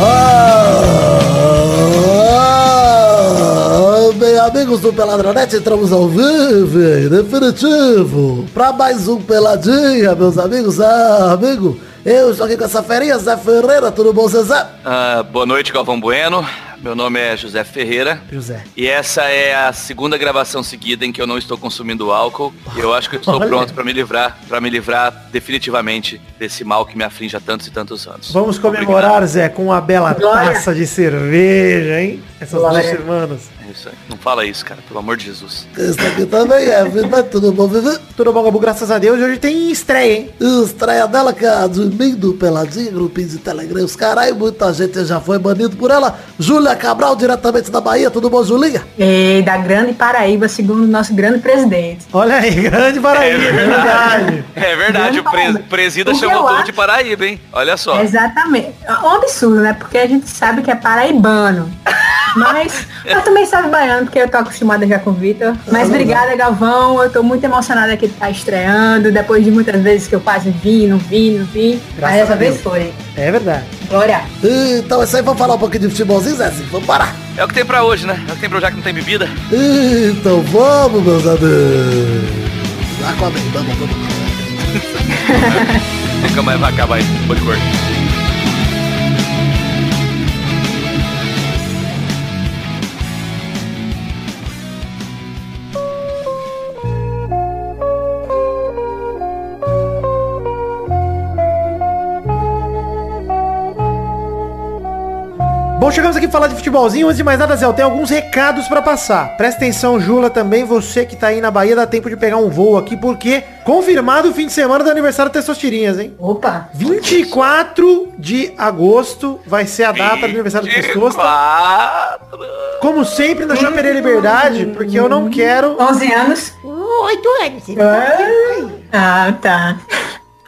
Ah, bem, amigos do Peladronete? Entramos ao vivo, em definitivo, pra mais um Peladinha, meus amigos. Ah, amigo, eu estou aqui com essa ferinha, Zé Ferreira, tudo bom, Zé? Ah, boa noite, Galvão Bueno. Meu nome é José Ferreira. José. E essa é a segunda gravação seguida em que eu não estou consumindo álcool. E eu acho que eu estou Olha. pronto para me livrar, para me livrar definitivamente desse mal que me aflige há tantos e tantos anos. Vamos comemorar, Zé, com uma bela taça de cerveja, hein? Essas duas semanas. Obrigado. É isso aí. Não fala isso, cara, pelo amor de Jesus. Está aqui também, é Viva, tudo bom, Vivi? Tudo bom, Gabu? Graças a Deus. Hoje tem estreia, hein? Estreia dela, que é a de mim, do Peladinho, grupinho de Telegram, os caralho, muita gente já foi banido por ela. Júlia Cabral, diretamente da Bahia, tudo bom, Julinha? E É, da Grande Paraíba, segundo o nosso grande presidente. Olha aí, grande Paraíba, É é verdade. verdade. É verdade, o pres presida O que chamou eu tudo acho- de Paraíba, hein? Olha só. Exatamente. É um absurdo, né? Porque a gente sabe que é paraibano. Mas eu também sabe baiano, porque eu tô acostumada já com o Vitor. Mas obrigada, Galvão. Eu tô muito emocionada que tá estreando. Depois de muitas vezes que eu quase vi, não vi, não vi. Graças mas dessa a Deus. vez foi. É verdade. Glória. Então é isso aí, vamos falar um pouquinho de futebolzinho, Zezinho? Vamos parar! É o que tem pra hoje, né? É o que tem pra já que não tem bebida. Então vamos, meus amigos. Aquaman, vamos, vamos. Nunca mais vai acabar isso. Pode cortar. Bom, chegamos aqui pra falar de futebolzinho. Antes de mais nada, Zé, eu tenho alguns recados pra passar. Presta atenção, Jula, também. Você que tá aí na Bahia, dá tempo de pegar um voo aqui, porque confirmado o fim de semana do aniversário das Testosterinhas, hein? Opa. 24 de agosto vai ser a data do aniversário do Testosta. Quatro. Como sempre, na Chaperei Liberdade, porque eu não quero 11 anos. Oito anos. tá Ah, tá.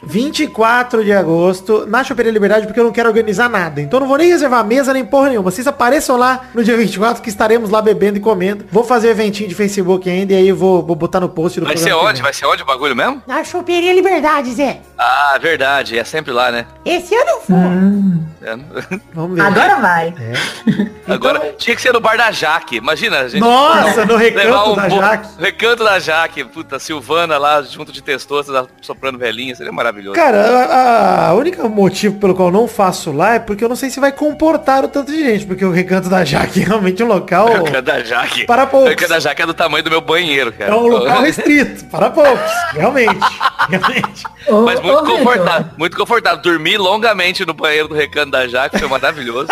24 de agosto, na Choperia Liberdade, porque eu não quero organizar nada. Então eu não vou nem reservar mesa, nem porra nenhuma. Vocês apareçam lá no dia 24, que estaremos lá bebendo e comendo. Vou fazer o eventinho de Facebook ainda, e aí eu vou, vou botar no post do Vai ser programa que onde? vem. Vai ser onde o bagulho mesmo? Na choperia Liberdade, Zé. Ah, verdade. É sempre lá, né? Esse eu não vou. É. Vamos ver. Agora vai. Agora, tinha que ser no bar da Jaque. Imagina, a gente. Então- Nossa, no levar recanto um da bo- Jaque. Recanto da Jaque. Puta, Silvana lá, junto de testosta, soprando velhinha. Seria maravilhoso. Cara, a, a única motivo pelo qual eu não faço lá é porque eu não sei se vai comportar o tanto de gente, porque o recanto da Jaque é realmente um local... O recanto da Jaque. Para O poucos. recanto da Jaque é do tamanho do meu banheiro, cara. É um local restrito, para poucos, realmente, realmente. Ô, Mas muito né, ô, Vitor. confortável, muito confortável. Dormi longamente no banheiro do recanto da Jaque, foi maravilhoso.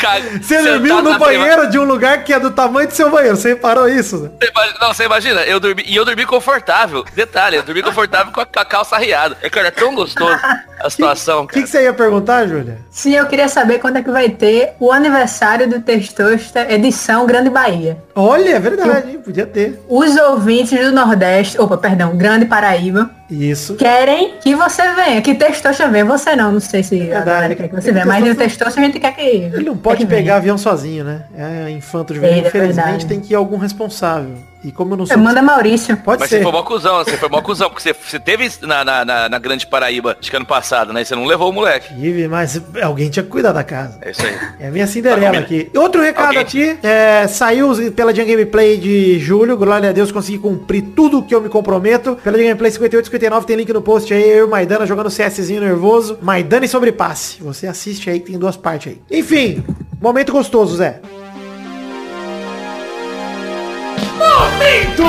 Ca- Você sentado dormiu na no privada- banheiro de um lugar que é do tamanho do seu banheiro, você reparou isso? Zé? Você imagina- Não, você imagina, eu dormi, e eu dormi confortável. Detalhe, eu dormi confortável com a, com a calça arriada. É, cara, é tão gostoso a situação, O que, que cara. você ia perguntar, Júlia? Sim, eu queria saber quando é que vai ter o aniversário do Testosta edição Grande Bahia. Olha, é verdade, hein? podia ter. Os ouvintes do Nordeste, opa, perdão, Grande Paraíba, Isso. querem que você venha, que Testosta venha. Você não, não sei se a Verdade, galera quer que você tem venha, mas o Testosta- Testosta a gente quer que Ele não quer pode É que venha. pegar avião sozinho, né? É infanto de Ele veneno. é Infelizmente verdade. É, tem que ir algum responsável. E como eu não sou. Manda Maurício. Pode Mas você ser. foi mó cuzão, você foi mó cuzão, porque você, você teve na, na, na- na Grande Paraíba, acho que ano passado, né? E você não levou o moleque. Tive, mas alguém tinha que cuidar da casa. É isso aí. É a minha Cinderela Tá aqui. Outro recado Alguém aqui, é, saiu pela Jam Gameplay de julho, glória a Deus, consegui cumprir tudo que eu me comprometo. Pela Jam Gameplay 58, 59, tem link no post aí, eu e o Maidana jogando CSzinho nervoso. Maidana e sobrepasse. Você assiste aí, que tem duas partes aí. Enfim, momento gostoso, Zé. Momento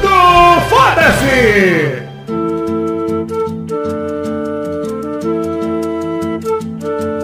do Foda-se!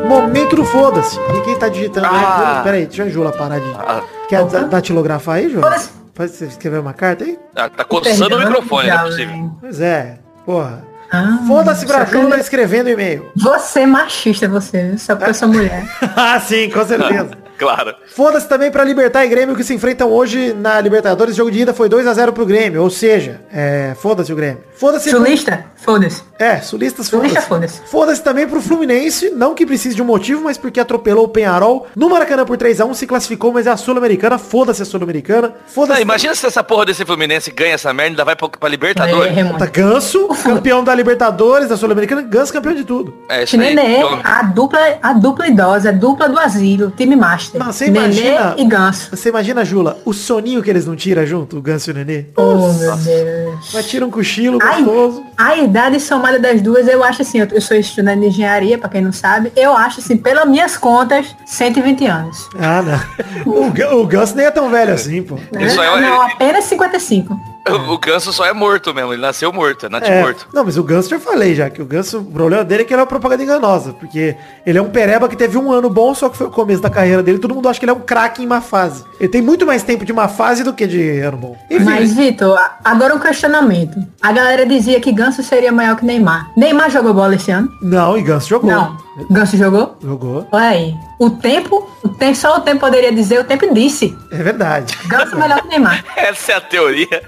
Momento do foda-se. E quem tá digitando Ah. aí? Peraí, deixa a Jula parar de... Ah, Quer da- datilografar aí, Júlio? Foda-se. Pode você escrever uma carta aí? tá- tá coçando o Perdão, microfone, não é Jovem. possível. Pois é, porra. Ah, Foda-se pra só que- Júlia escrevendo e-mail. Você é machista, você, viu? só porque eu sou mulher. ah, sim, com certeza. Claro. Foda-se também pra Libertar e Grêmio que se enfrentam hoje na Libertadores. O jogo de ida foi 2x0 pro Grêmio, ou seja, é, foda-se o Grêmio. Foda-se... Sulista? Foda-se. É, sulistas Sulista, foda-se. foda-se. Foda-se também pro Fluminense, não que precise de um motivo, mas porque atropelou o Penharol. No Maracanã por 3x1, se classificou, mas é a Sul-Americana. Foda-se a Sul-Americana. Não, Foda-se... Ah, imagina se essa porra desse Fluminense ganha essa merda e ainda vai pra, pra É, Libertadores. remonta. Tá Ganso, campeão da Libertadores, da Sul-Americana, Ganso campeão de tudo. É isso aí. Nenê, Então, a dupla, a dupla idosa, a dupla do asilo, time desastre. Mas você Nenê imagina- e Ganso. Você imagina, Jula, o soninho que eles não tiram junto, o Ganso e o Nenê? Oh, meu Deus. Mas tira um cochilo Ai. gostoso. A idade somada das duas, eu acho assim, eu, eu sou estudante de engenharia, pra quem não sabe, eu acho assim, pelas minhas contas, 120 anos. Ah, não. O, Ga- o Ganso nem é tão velho assim, pô. Né? Isso aí é- Não, apenas 55. O, o ganso só é morto mesmo, ele nasceu morto, é nativo É. morto. Não, mas o Ganso já falei já, que o Ganso, o problema dele é que ele é uma propaganda enganosa, porque ele é um pereba que teve um ano bom, só que foi o começo da carreira dele, todo mundo acha que ele é um craque em má fase. Ele tem muito mais tempo de má fase do que de ano bom. Enfim, Mas, Vitor, a- agora um questionamento. A galera dizia que Ganso seria maior que Neymar. Neymar jogou bola esse ano? não, e Ganso jogou. Não. Ganso jogou? Jogou. Olha aí. O tempo, o tempo, só o tempo poderia dizer, o tempo disse. É verdade. Ganso é melhor que Neymar. Essa é a teoria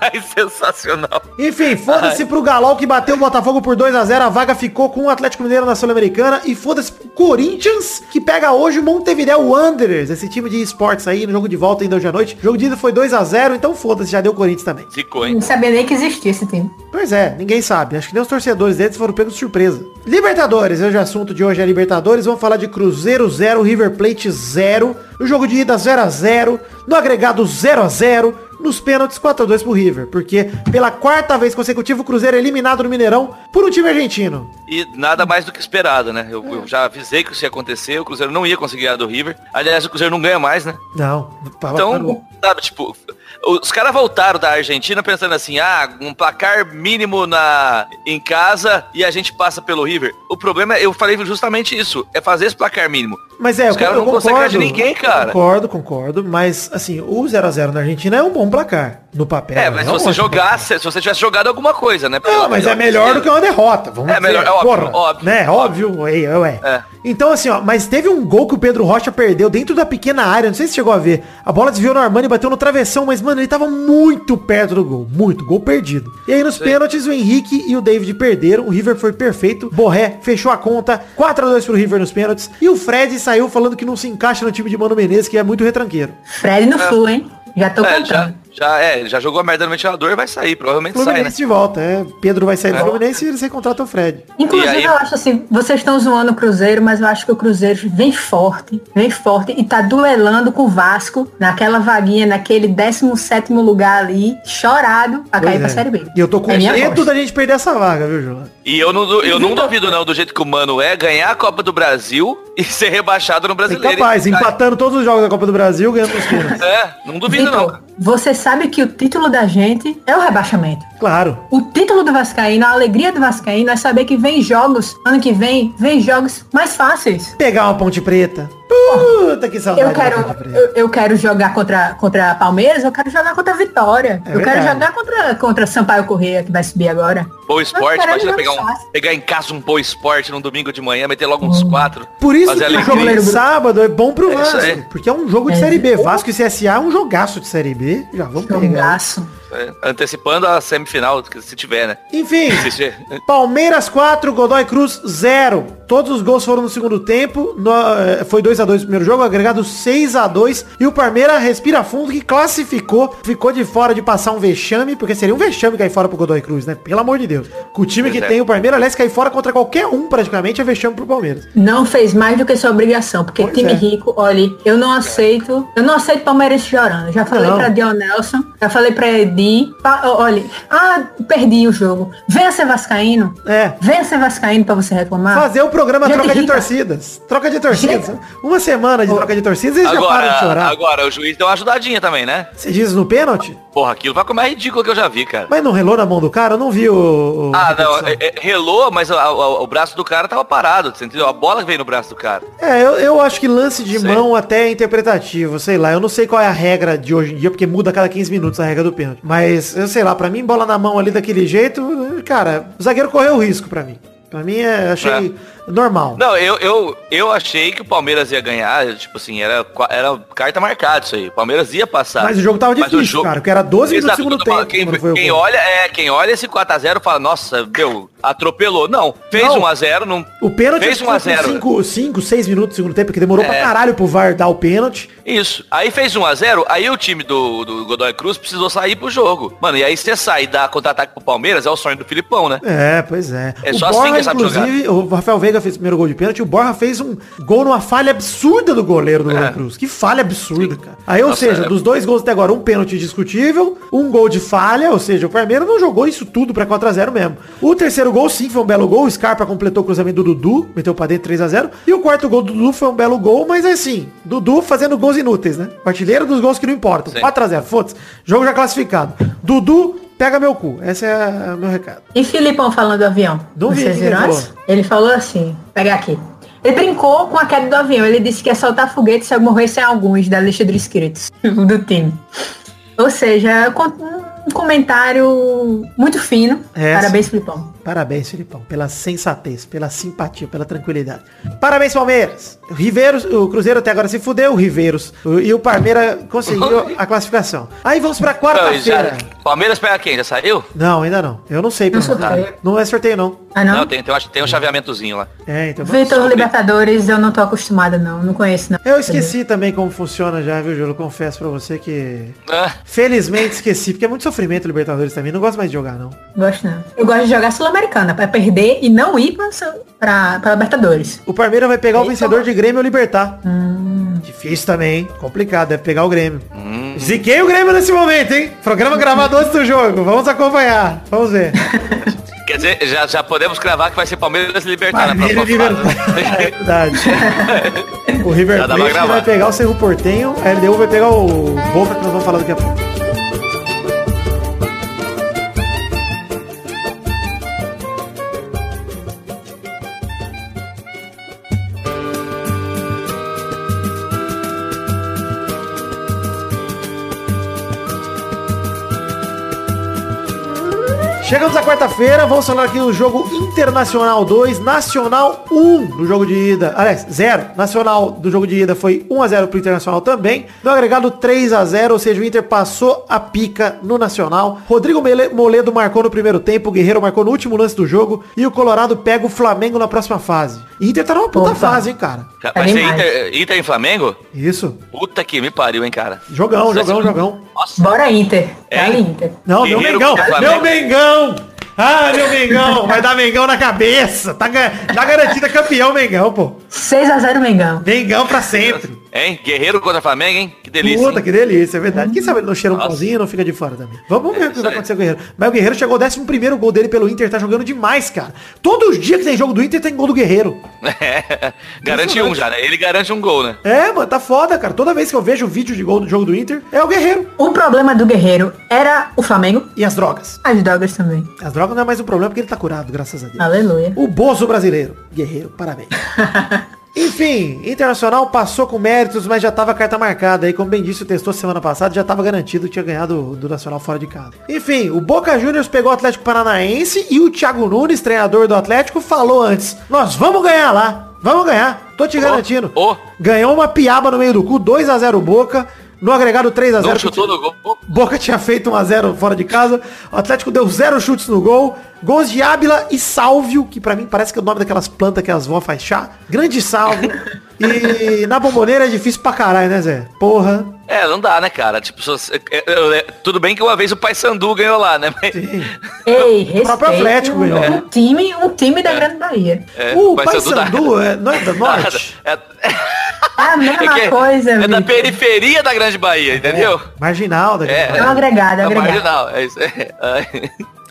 mais sensacional. Enfim, foda-se pro Galol que bateu o Botafogo por 2 a 0 A vaga ficou com o Atlético Mineiro na Sul-Americana. E foda-se pro Corinthians, que pega hoje o Montevideo Wanderers. Esse time de esportes aí, no jogo de volta ainda hoje à noite. O jogo de ida foi 2 a 0 então foda-se, já deu o Corinthians também. Zicou, hein? Não sabia nem que existia esse time. Pois é, ninguém sabe. Acho que nem os torcedores deles foram pegos de surpresa. Libertadores, hoje o assunto de hoje é Libertadores. Vamos falar de Cruzeiro 0, River Plate 0. No jogo de ida 0 a 0 no agregado 0 a 0 nos pênaltis 4 a 2 pro River, porque pela quarta vez consecutiva o Cruzeiro é eliminado no Mineirão por um time argentino. E Hum. nada mais do que esperado, né? Eu, É. eu já avisei que isso ia acontecer, o Cruzeiro não ia conseguir ganhar do River. Aliás, o Cruzeiro não ganha mais, né? Não, pa- parou. Então, sabe, tipo, os caras voltaram da Argentina pensando assim, ah, um placar mínimo na em casa e a gente passa pelo River. O problema é, eu falei justamente isso, é fazer esse placar mínimo. Mas é, Os caras não conseguem ganhar de ninguém, cara. Concordo, concordo, mas assim, o 0 a 0 na Argentina é um bom placar no papel. É, mas é um se você ótimo placar. jogasse, se você tivesse jogado alguma coisa, né? Porque Não, mas é melhor do que uma derrota. Vamos É dizer. melhor, é óbvio, Porra, óbvio, Né? Óbvio, ué, ué. É. Então, assim, ó, mas teve um gol que o Pedro Rocha perdeu dentro da pequena área, não sei se chegou a ver. A bola desviou no Armani, bateu no travessão, mas, mano, ele tava muito perto do gol. Muito, gol perdido. E aí, nos pênaltis, o Henrique e o David perderam. O River foi perfeito. Borré fechou a conta. 4x2 pro River nos pênaltis. E o Fred saiu falando que não se encaixa no time de Mano Menezes, que é muito retranqueiro. Fred no flu, hein? Já tô É, já, contando. já, é, ele já jogou a merda no ventilador, vai sair, provavelmente sai, né? Fluminense de volta, é. Pedro vai sair do É. Fluminense e eles recontratam o Fred. Inclusive, E aí- eu acho assim, vocês estão zoando o Cruzeiro, mas eu acho que o Cruzeiro vem forte, vem forte e tá duelando com o Vasco naquela vaguinha, naquele 17 lugar ali, chorado, pra Pois cair pra é. Série B. E eu tô com É minha medo aposta. da gente perder essa vaga, viu, Júlio? E eu não, du- eu não duvido, não, do jeito que o Mano é, ganhar a Copa do Brasil e ser rebaixado no É brasileiro. capaz, E- empatando todos os jogos da Copa do Brasil, ganhando os pênaltis. É, não duvido, não. Vitor, você sabe que o título da gente é o rebaixamento. Claro. O título do Vascaíno, a alegria do Vascaíno é saber que vem jogos, ano que vem, vem jogos mais fáceis. Pegar uma ponte preta. Puta que saudade Eu da ponte quero, preta. eu, eu quero jogar contra, contra a Palmeiras, eu quero jogar contra a Vitória. É eu quero verdade. jogar contra, contra Sampaio Correia, que vai subir agora. Boa esporte, caralho, imagina não pegar, um, fácil. pegar em casa um boa esporte num domingo de manhã, meter logo Uhum. uns quatro. Por isso que fazer o alegria. jogo de sábado é bom pro É isso Vasco. aí. porque é um jogo de É. Série B. Vasco e CSA é um jogaço de Série B. Já vamos um pegar. Jogaço. É, Antecipando a semifinal, que se tiver, né? Enfim, Se tiver. Palmeiras 4, Godoy Cruz 0. Todos os gols foram no segundo tempo. No- eh, foi 2 a 2 no primeiro jogo, agregado 6 a 2 E o Palmeiras respira fundo que classificou. Ficou de fora de passar um vexame, porque seria um vexame cair fora pro Godoy Cruz, né? Pelo amor de Deus. Com o time Pois que é. tem o Palmeiras, aliás, cair fora contra qualquer um praticamente é vexame pro Palmeiras. Não fez mais do que sua obrigação, porque Pois time é. rico, olha, eu não aceito, eu não aceito Palmeiras chorando. Já falei Não. pra Dionelson, já falei pra Edi, pa, ó, olha, ah, perdi o jogo. Venha ser vascaíno, É. venha ser vascaíno pra você reclamar. Fazer o programa Gente Troca de rica. Torcidas. Troca de Torcidas. Gente. Uma semana de troca de torcidas, eles já param de Agora, chorar. agora, o juiz deu uma ajudadinha também, né? Você diz no pênalti? Porra, aquilo vai comer ridículo que eu já vi, cara. Mas não relou na mão do cara? Eu não vi o... o- Ah, não, repetição. é, é, relou, mas a- a- o braço do cara tava parado, você entendeu? A bola veio no braço do cara. É, eu, eu acho que lance de Sei. mão até é interpretativo, sei lá. Eu não sei qual é a regra de hoje em dia, porque muda a cada 15 minutos a regra do pênalti. Mas, eu sei lá, pra mim, bola na mão ali daquele jeito, cara, o zagueiro correu o risco pra mim. Pra mim, é, achei normal. Não, eu, eu, eu achei que o Palmeiras ia ganhar, tipo assim, era, qua- era carta marcada isso aí. O Palmeiras ia passar. Mas o jogo tava difícil, cara, porque era 12 minutos do Exato, segundo eu tô falando, tempo quando foi o Quem, quem gol. olha, é, quem olha esse 4x0 fala, nossa, meu, atropelou. Não, fez Não. 1x0, não. O pênalti fez 1x0. 5, 5, 6 minutos do segundo tempo, que demorou É. pra caralho pro VAR dar o pênalti. Isso. Aí fez 1x0, aí o time do, do Godoy Cruz precisou sair pro jogo. Mano, e aí você sai e dá contra-ataque pro Palmeiras, é o sonho do Filipão, né? É, pois é. É o só Borja, assim que sabe inclusive, o Rafael Veiga Veiga fez o primeiro gol de pênalti. O Borja fez um gol numa falha absurda do goleiro do Godoy Cruz. Que falha absurda, cara. Aí, ou É. Nossa, seja, é- dos dois gols até agora, um pênalti discutível, um gol de falha, ou seja, o Palmeiras não jogou isso tudo pra 4x0 mesmo. O terceiro gol, sim, foi um belo gol. O Scarpa completou o cruzamento do Dudu, meteu pra dentro 3x0. E o quarto gol do Dudu foi um belo gol, mas é assim, Dudu fazendo gols inúteis, né? O Artilheiro dos gols que não importam. Sim. 4x0, foda-se. Jogo já classificado. Dudu, pega meu cu. Esse é o meu recado. E Filipão falando do avião? Não vi, Vocês o que viram ele antes? Ele falou assim, pegar aqui. Ele brincou com a queda do avião. Ele disse que ia soltar foguete se morressem alguns da lista de inscritos do time. Ou seja, con- um comentário muito fino. É. Parabéns, Filipão. Parabéns, Filipão, pela sensatez, pela simpatia, pela tranquilidade. Parabéns, Palmeiras. O Riveiros, o Cruzeiro até agora se fudeu, o Riveiros. O- E o Palmeiras conseguiu a classificação. Aí vamos pra Não, e Então, já- quarta-feira. Palmeiras pega quem? Já saiu? Não, ainda não. Eu não sei, Não pelo menos. sorteio. Não é sorteio, não. Ah, Não, não? tem, tem, um- tem um chaveamentozinho lá. É, então. Vitor Libertadores, eu não tô acostumada, não. Não conheço, não. Eu esqueci também como funciona já, viu, Júlio? Confesso pra você que. Ah, Felizmente esqueci, porque é muito sofrimento Libertadores também. Não gosto mais de jogar, não. Gosto, não. Eu gosto de jogar Sul-Americana, pra perder e não ir pra, pra, pra Libertadores. O Palmeiras vai pegar o Eita. vencedor de Grêmio ou Libertar. Difícil também, hein? Complicado, deve pegar o Grêmio. Hum. Ziquei o Grêmio nesse momento, hein? Programa gravado antes do jogo. Vamos acompanhar. Vamos ver. quer dizer, já, já podemos cravar que vai ser Palmeiras e Libertar Palmeiras e na próxima né? Libertar. É fase. verdade. O River Já dá pra Plate vai gravar. pegar o Cerro Portenho, a LDU vai pegar o Boca, que nós vamos falar daqui a pouco. Chegamos à quarta-feira, vamos falar aqui do jogo Internacional 2, Nacional 1 do jogo de ida. Aliás, 0. Nacional do jogo de ida foi 1x0 pro Internacional também. No agregado 3x0, ou seja, o Inter passou a pica no Nacional. Rodrigo Mele- Moledo marcou no primeiro tempo, o Guerreiro marcou no último lance do jogo e o Colorado pega o Flamengo na próxima fase. Inter tá numa puta Opa. fase, hein, cara. Vai É ser demais. Inter, Inter em Flamengo? Isso. Puta que me pariu, hein, cara. Jogão, Vai jogão, ser- jogão. Nossa. Bora, Inter. É? Dale, Inter. Não, meu Guerreiro Mengão! contra Meu Flamengo. Mengão! Ah, meu Mengão! Vai dar Mengão na cabeça! Tá, ga- tá garantida campeão, Mengão, pô! 6x0, Mengão. Mengão pra sempre! Hein? Guerreiro contra Flamengo, hein? Que delícia. Puta, hein? que delícia, é verdade. Quem sabe ele não cheira um Nossa. É, pauzinho e não fica de fora também. Vamos vamos ver o que isso vai aí. acontecer com o Guerreiro. Mas o Guerreiro chegou ao 11 gol dele pelo Inter, tá jogando demais, cara. Todo dia que tem jogo do Inter tem gol do Guerreiro. É, garante um já, né? Ele garante um gol, né? É, mano, tá foda, cara. Toda vez que eu vejo vídeo de gol do jogo do Inter, é o Guerreiro. O problema do Guerreiro era o Flamengo, E as drogas. as drogas também. As drogas não é mais um problema porque ele tá curado, graças a Deus. Aleluia. O Bozo brasileiro. Guerreiro, parabéns. Enfim, Internacional passou com méritos, mas já tava carta marcada. E como bem disse, o testou semana passada, já tava garantido que tinha ganhado do Nacional fora de casa. Enfim, o Boca Juniors pegou o Atlético Paranaense e o Thiago Nunes, treinador do Atlético, falou antes, nós vamos ganhar lá, vamos ganhar, tô te garantindo. ô. Ganhou uma piaba no meio do cu, 2x0 Boca, no agregado 3x0. Não chutou no gol. Boca tinha feito 1x0 fora de casa. O Atlético deu zero chutes no gol. Gols de Ábila e Salvio, que pra mim parece que é o nome daquelas plantas que elas vão faz chá. Grande Salvio. E na bomboneira é difícil pra caralho, né, Zé? Porra. É, não dá, né, cara? Tipo, se você- é, é, é, tudo bem que uma vez o Pai Sandu ganhou lá, né? Mas- Ei, próprio respeita Atlético um, ganhou, né? um time, um time da Grande Bahia. é, o Paysandu dá- Uh, Paysandu é, não é do norte? É, É a é mesma que é- coisa, é da Vitor. periferia da Grande Bahia, entendeu? Marginal da É. É um agregado, é um É agregado. marginal, é isso. É,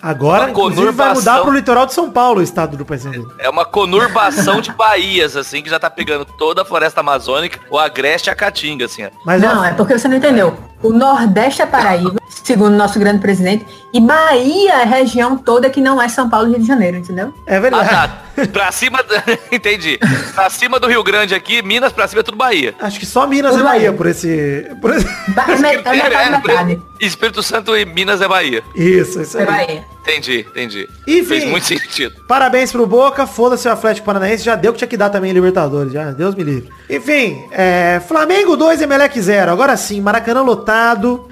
Agora, Uma inclusive, vai mudar conurbação. pro litoral de São Paulo o estado do Paysandu. é uma conurbação de baías, assim, que já tá pegando toda a floresta amazônica, o Agreste e a Caatinga, assim. ó. Mas Não, ó, é porque você não entendeu. O Nordeste é Paraíba, segundo o nosso grande presidente, e Bahia é a região toda que não é São Paulo e Rio de Janeiro, entendeu? é Ah, verdade. tá. Pra cima, entendi. Pra cima do Rio Grande aqui, Minas pra cima é tudo Bahia. Acho que só Minas Tudo e Bahia aí. por esse... por esse- Ba- É, me- é metade, metade. Espírito Santo e Minas é Bahia. Isso, isso É aí. Bahia. Entendi, entendi. Enfim. Fez muito sentido. Parabéns pro Boca, foda-se o Atlético Paranaense, já deu o que tinha que dar também em Libertadores, já, Deus me livre. Enfim, é, Flamengo 2, Emelec 0, agora sim, Maracanã lotado,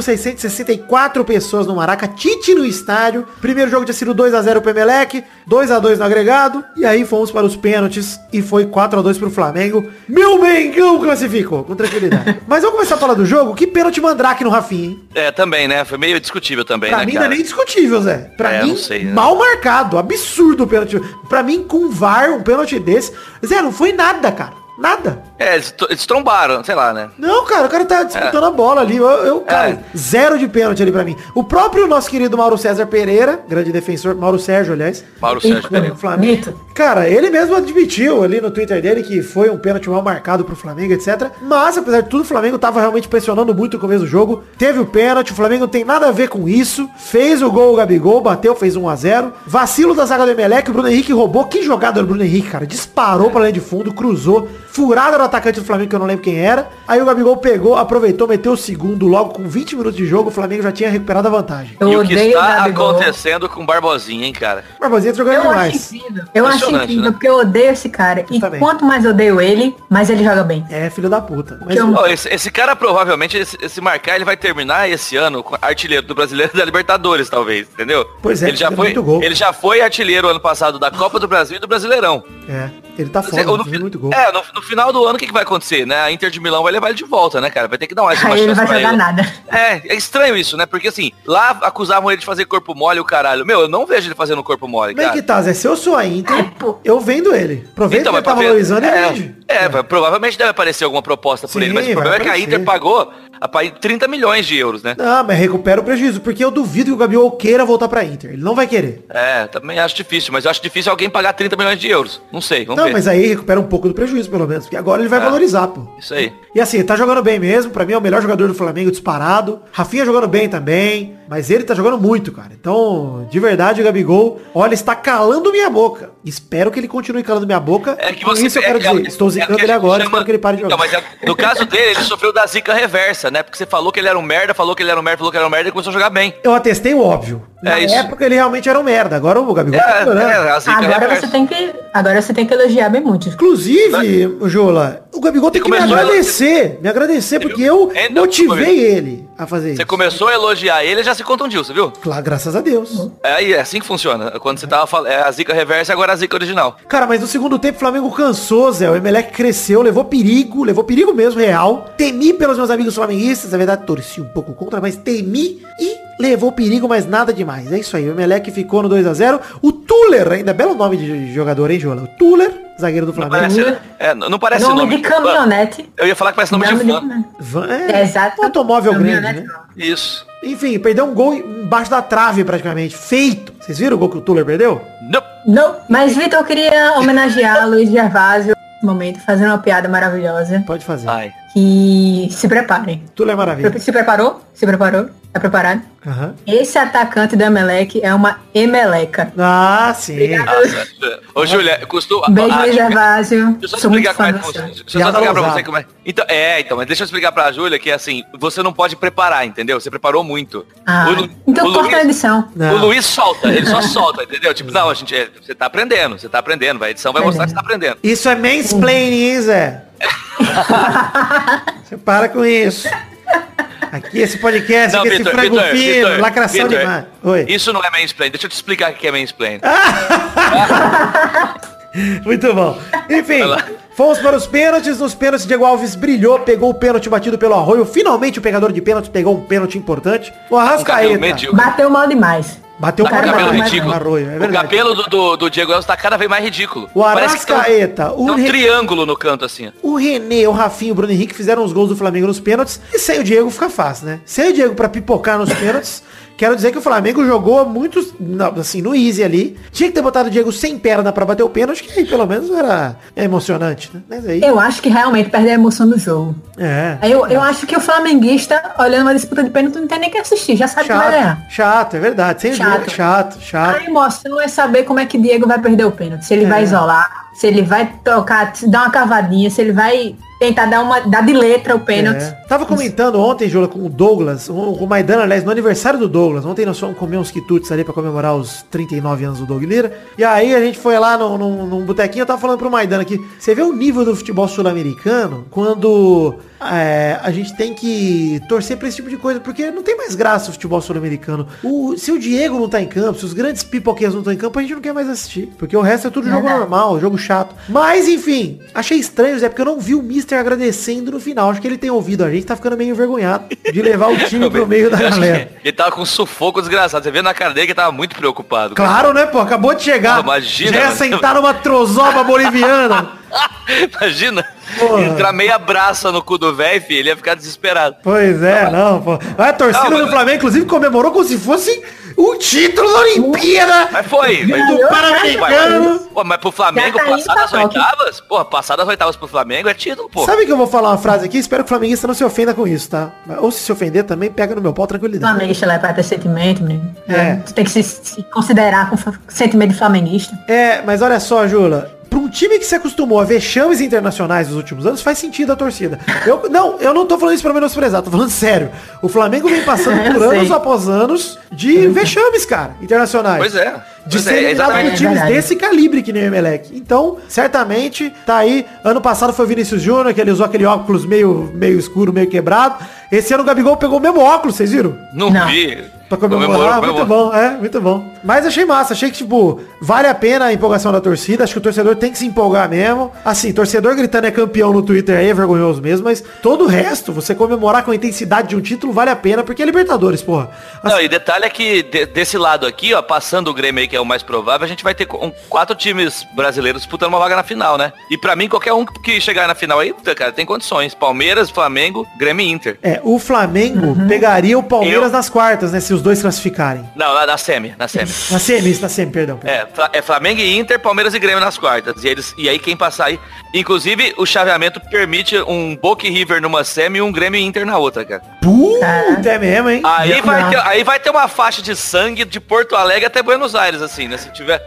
67.664 pessoas no Maraca. Tite no estádio. Primeiro jogo tinha sido 2x0 pro Emelec, 2x2 no agregado. E aí fomos para os pênaltis e foi 4x2 pro Flamengo. Meu Mengão classificou, com tranquilidade. Mas vamos começar a falar do jogo. Que pênalti mandrake no Rafinha, hein? É, também, né? Foi meio discutível também, Pra né, mim não cara? é nem discutível, Zé. Pra É, eu mim, não sei, né? mal marcado. Absurdo o pênalti. Pra mim, com VAR, um pênalti desse. Zé, não foi nada, cara. Nada. É, eles, to- eles trombaram, sei lá, né? Não, cara, o cara tá disputando a bola ali. Eu, eu, cara, É. zero de pênalti ali pra mim. O próprio nosso querido Mauro César Pereira, grande defensor, Mauro Sérgio, aliás. Mauro Então, Sérgio Pereira. do Flamengo. Mito. Cara, ele mesmo admitiu ali no Twitter dele que foi um pênalti mal marcado pro Flamengo, etc. Mas, apesar de tudo, o Flamengo tava realmente pressionando muito no começo do jogo. Teve o pênalti, o Flamengo não tem nada a ver com isso. Fez o gol o Gabigol, bateu, fez 1 a 0 Vacilo da zaga do Emelec, o Bruno Henrique roubou. Que jogada do Bruno Henrique, cara. Disparou pra linha de fundo, cruzou. Furada do atacante do Flamengo, que eu não lembro quem era. Aí o Gabigol pegou, aproveitou, meteu o segundo logo com 20 minutos de jogo. O Flamengo já tinha recuperado a vantagem. Eu e o que odeio está Gabigol. acontecendo com o Barbosinha, hein, cara? Barbosinha tá jogando Eu acho demais. incrível. Eu acho Impressionante, incrível, né? porque eu odeio esse cara. E também. quanto mais eu odeio ele, mais ele joga bem. É, filho da puta. Mas Que eu- Ó, esse, esse cara provavelmente, esse, se marcar, ele vai terminar esse ano com artilheiro do brasileiro e da Libertadores, talvez, entendeu? Pois é, ele já fazendo foi, muito gol. Ele já foi artilheiro ano passado da Copa do Brasil e do Brasileirão. É, ele tá foda, Ou no fez fi- muito gol. É, no, no final do ano o que, que vai acontecer, né? A Inter de Milão vai levar ele de volta, né, cara? Vai ter que dar mais uma Aí chance ele vai pra jogar ele. nada. É, é estranho isso, né? Porque assim, lá acusavam ele de fazer corpo mole o caralho. Meu, eu não vejo ele fazendo corpo mole, Bem cara. que tá, Zé, se eu sou a Inter, pô. eu vendo ele. Aproveita que mas ele tá pra ver- valorizando é, e vende. É, vai- provavelmente deve aparecer alguma proposta por Sim, ele, mas o vai problema é que a aparecer. Inter pagou a pa- 30 milhões de euros, né? Não, mas recupera o prejuízo, porque eu duvido que o Gabriel queira voltar pra Inter. Ele não vai querer. É, também acho difícil, mas eu acho difícil alguém pagar 30 milhões de euros. Não sei, vamos não, ver. É. mas aí recupera um pouco do prejuízo, pelo menos. Porque agora ele vai valorizar, pô. Isso aí. E assim, ele tá jogando bem mesmo. Pra mim é o melhor jogador do Flamengo disparado. Rafinha jogando bem também. Mas ele tá jogando muito, cara. Então, de verdade, o Gabigol, olha, está calando minha boca. Espero que ele continue calando minha boca. É que Com você isso eu quero é que- dizer, é estou que a zicando gente ele agora, chama- espero que ele pare de jogar. Então, mas é- no caso dele, ele sofreu da zica reversa, né? Porque você falou que ele era um merda, falou que ele era um merda, falou que ele era um merda e começou a jogar bem. Eu atestei o óbvio. É Na isso. época ele realmente era um merda. Agora o Gabigol É, tá melhorando. é, a zica Agora reversa. você tem que. Agora você tem que elogiar bem muito. Inclusive, Jola, o Gabigol tem que me começou a- agradecer. Me agradecer porque eu É, não, desculpa, motivei ele a fazer Você isso. começou a elogiar ele e já se contundiu, você viu? Claro, graças a Deus. É aí, é assim que funciona. Quando você tava falando, é a zica reversa e agora a zica original. Cara, mas no segundo tempo o Flamengo cansou, Zé. O Emelec cresceu, levou perigo, levou perigo mesmo, real. Temi pelos meus amigos flamenguistas, na verdade torci um pouco contra, mas temi e levou perigo, mas nada demais. É isso aí, o Emelec ficou no 2x0. O Tuller, ainda belo nome de jogador, hein, Jola? O Tuller, zagueiro do Não Flamengo. parece, né? É, não não parece nome, nome de caminhonete. Eu ia falar que parece nome Nome de de fã. caminhonete. Van- É, exato. Um automóvel grande, Caminhonete, né? não. Isso. Enfim, perdeu um gol embaixo da trave praticamente. Feito. Vocês viram o gol que o Tuller perdeu? Nope. Não, mas Vitor, eu queria homenagear a Luiz Gervásio nesse momento, fazendo uma piada maravilhosa. Pode fazer. Ai. Que se preparem. Tuller é maravilha. Se preparou? Se preparou? Tá preparado? Aham. Esse atacante do Emelec é uma Emeleca. Ah, sim. Nossa. Ô, Júlia, custou... Beijo, ah, Luiz Gervásio. Deixa eu só Sou muito explicar como fã é de que você. funciona. Deixa eu só Piada explicar pra ousada. você como é. Então, é, então, mas deixa eu explicar pra Júlia que assim, você não pode preparar, entendeu? Você preparou muito. Ah, O Lu- então o corta a Luiz- edição. Não. O Luiz solta, ele só solta, entendeu? Tipo, não, a gente, é, você tá aprendendo, você tá aprendendo, vai, a edição vai mostrar que você tá aprendendo. Isso é mansplaining, hein, Zé? Você para com isso. Aqui, esse podcast, Não, aqui, esse Vitor, frango Vitor, fino, Vitor, lacração Vitor, demais. Oi. Isso não é mansplain, deixa eu te explicar o que é mansplain. Muito bom. Enfim, Vai lá. fomos para os pênaltis. Nos pênaltis, Diego Alves brilhou, pegou o pênalti batido pelo Arroio. Finalmente, o pegador de pênalti pegou um pênalti importante. O Um cabelo Arrascaeta medíocre. Bateu mal demais. bateu Tá com o cara cabelo mais- ridículo. Arroio, é o verdade. cabelo do, do, do Diego Elcio tá cada vez mais ridículo. O Parece que tem um- Arrascaeta, tem um, o Re- triângulo no canto, assim. O René, o Rafinho, o Bruno Henrique fizeram os gols do Flamengo nos pênaltis. E sem o Diego fica fácil, né? Sem o Diego pra pipocar nos pênaltis. Quero dizer que o Flamengo jogou muito, na- assim, no easy ali. Tinha que ter botado o Diego sem perna pra bater o pênalti, que aí pelo menos era emocionante, né? Mas aí... Eu acho que realmente perdeu a emoção do jogo. É. Aí Eu, eu acho que o flamenguista, olhando uma disputa de pênalti, não tem nem que assistir, já sabe que vai ganhar. Chato, chato, é verdade. Sem o Chato. Diego, chato, chato. A emoção é saber como é que É. Diego vai perder o pênalti. Se ele vai isolar, se ele vai tocar, se dar uma cavadinha, se ele vai tentar dar uma dar de letra o pênalti. É. Tava comentando ontem, Júlia, com o Douglas, um, com com o Maidana, aliás, no aniversário do Douglas. Ontem nós fomos comer uns quitutes ali pra comemorar os 39 anos do Doug Lira. E aí a gente foi lá num, num, num botequinho, eu tava falando pro Maidana aqui. Você vê o nível do futebol sul-americano quando é, a gente tem que torcer pra esse tipo de coisa, porque não tem mais graça o futebol sul-americano. O- Se o Diego não tá em campo, se os grandes pipoqueiros não estão em campo, a gente não quer mais assistir. Porque o resto é tudo jogo Verdade. normal normal, jogo chato. Mas enfim, achei estranho, Zé, porque eu não vi o Mister agradecendo no final. Acho que ele tem ouvido a gente, tá ficando meio envergonhado de levar o time pro meio da Eu acho que galera. Ele tava com um sufoco desgraçado. Você vê na cara dele que ele tava muito preocupado. Claro, né, pô? Acabou de chegar. Pô, imagina, Já ia mano. sentar numa trozoba boliviana. Imagina Porra. entrar meia braça no cu do velho, filho. Ele ia ficar desesperado. Pois é, não, pô. A torcida Não, mas- do Flamengo, inclusive, comemorou como se fosse um título da Olimpíada. Mas foi. Mas, Do eu- Pan-Americano. Pô, mas pro Flamengo, Já tá indo passar pra das Tóquio. oitavas? Porra, passar das oitavas pro Flamengo é título, pô. Sabe que eu vou falar uma frase aqui? Espero que o flamenguista não se ofenda com isso, tá? Ou se se ofender também, pega no meu pau tranquilidade. Flamenguista lá para ter sentimento, menino. É. Tu tem que se, se considerar com fa- sentimento de flamenguista. É, mas olha só, Jula. Pra um time que se acostumou a ver chames internacionais nos últimos anos, faz sentido a torcida. Eu, não, eu não tô falando isso pra menosprezar, tô falando sério. O Flamengo vem passando Eu por anos sei. após anos de vexames, cara, internacionais. Pois é. De Pois ser é, eliminado por exatamente. times Verdade. desse calibre que nem o Emelec. Então, certamente, tá aí. Ano passado foi o Vinícius Júnior, que ele usou aquele óculos meio, meio escuro, meio quebrado. Esse ano o Gabigol pegou o mesmo óculos, vocês viram? Não, Não. vi. Pra comemorar, Comemorou, muito bom, é, muito bom. Mas achei massa, achei que, tipo, vale a pena a empolgação da torcida, acho que o torcedor tem que se empolgar mesmo. Assim, torcedor gritando é campeão no Twitter aí é vergonhoso mesmo, mas todo o resto, você comemorar com a intensidade de um título vale a pena, porque é Libertadores, porra. Assim, Não, e detalhe é que de- desse lado aqui, ó, passando o Grêmio aí, que é o mais provável, a gente vai ter co- um- quatro times brasileiros disputando uma vaga na final, né? E pra mim, qualquer um que chegar na final aí, puta, cara, tem condições. Palmeiras, Flamengo, Grêmio e Inter. É, o Flamengo pegaria o Palmeiras Eu- nas quartas, né, se os dois classificarem. Não, na, na semi, na semi. Na semis, na semi, perdão. perdão. É, Fla- é Flamengo e Inter, Palmeiras e Grêmio nas quartas. E, eles, e aí quem passar aí. Inclusive, o chaveamento permite um Boca e River numa semi e um Grêmio e Inter na outra, cara. Puta, é mesmo, hein? Aí Não. vai, ter, aí vai ter uma faixa de sangue de Porto Alegre até Buenos Aires, assim, né? Se tiver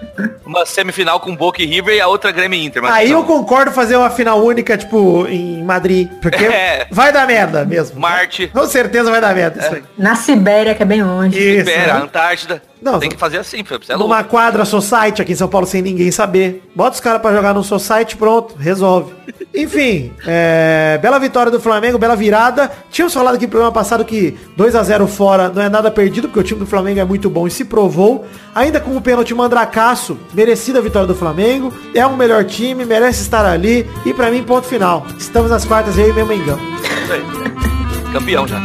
uma semifinal com Boca e River e a outra Grêmio e Inter. mas Aí eu não. concordo fazer uma final única, tipo, em Madrid. Porque É. vai dar merda mesmo. Marte. Com certeza vai dar merda isso aí. Na Sibéria, que é bem longe. Isso, Pera, né? Antártida. Não, tem só- que fazer assim, Felipe. Você é louco. Numa quadra society aqui em São Paulo sem ninguém saber. Bota os caras pra jogar no society, pronto, resolve. Enfim, é, bela vitória do Flamengo, bela virada. Tínhamos falado aqui no programa passado que 2 a 0 fora não é nada perdido, porque o time do Flamengo é muito bom e se provou. Ainda com o pênalti mandracaço, merecida a vitória do Flamengo. É um melhor time, merece estar ali. E pra mim, ponto final. Estamos nas quartas e aí, meu Mengão. Isso aí. Campeão já.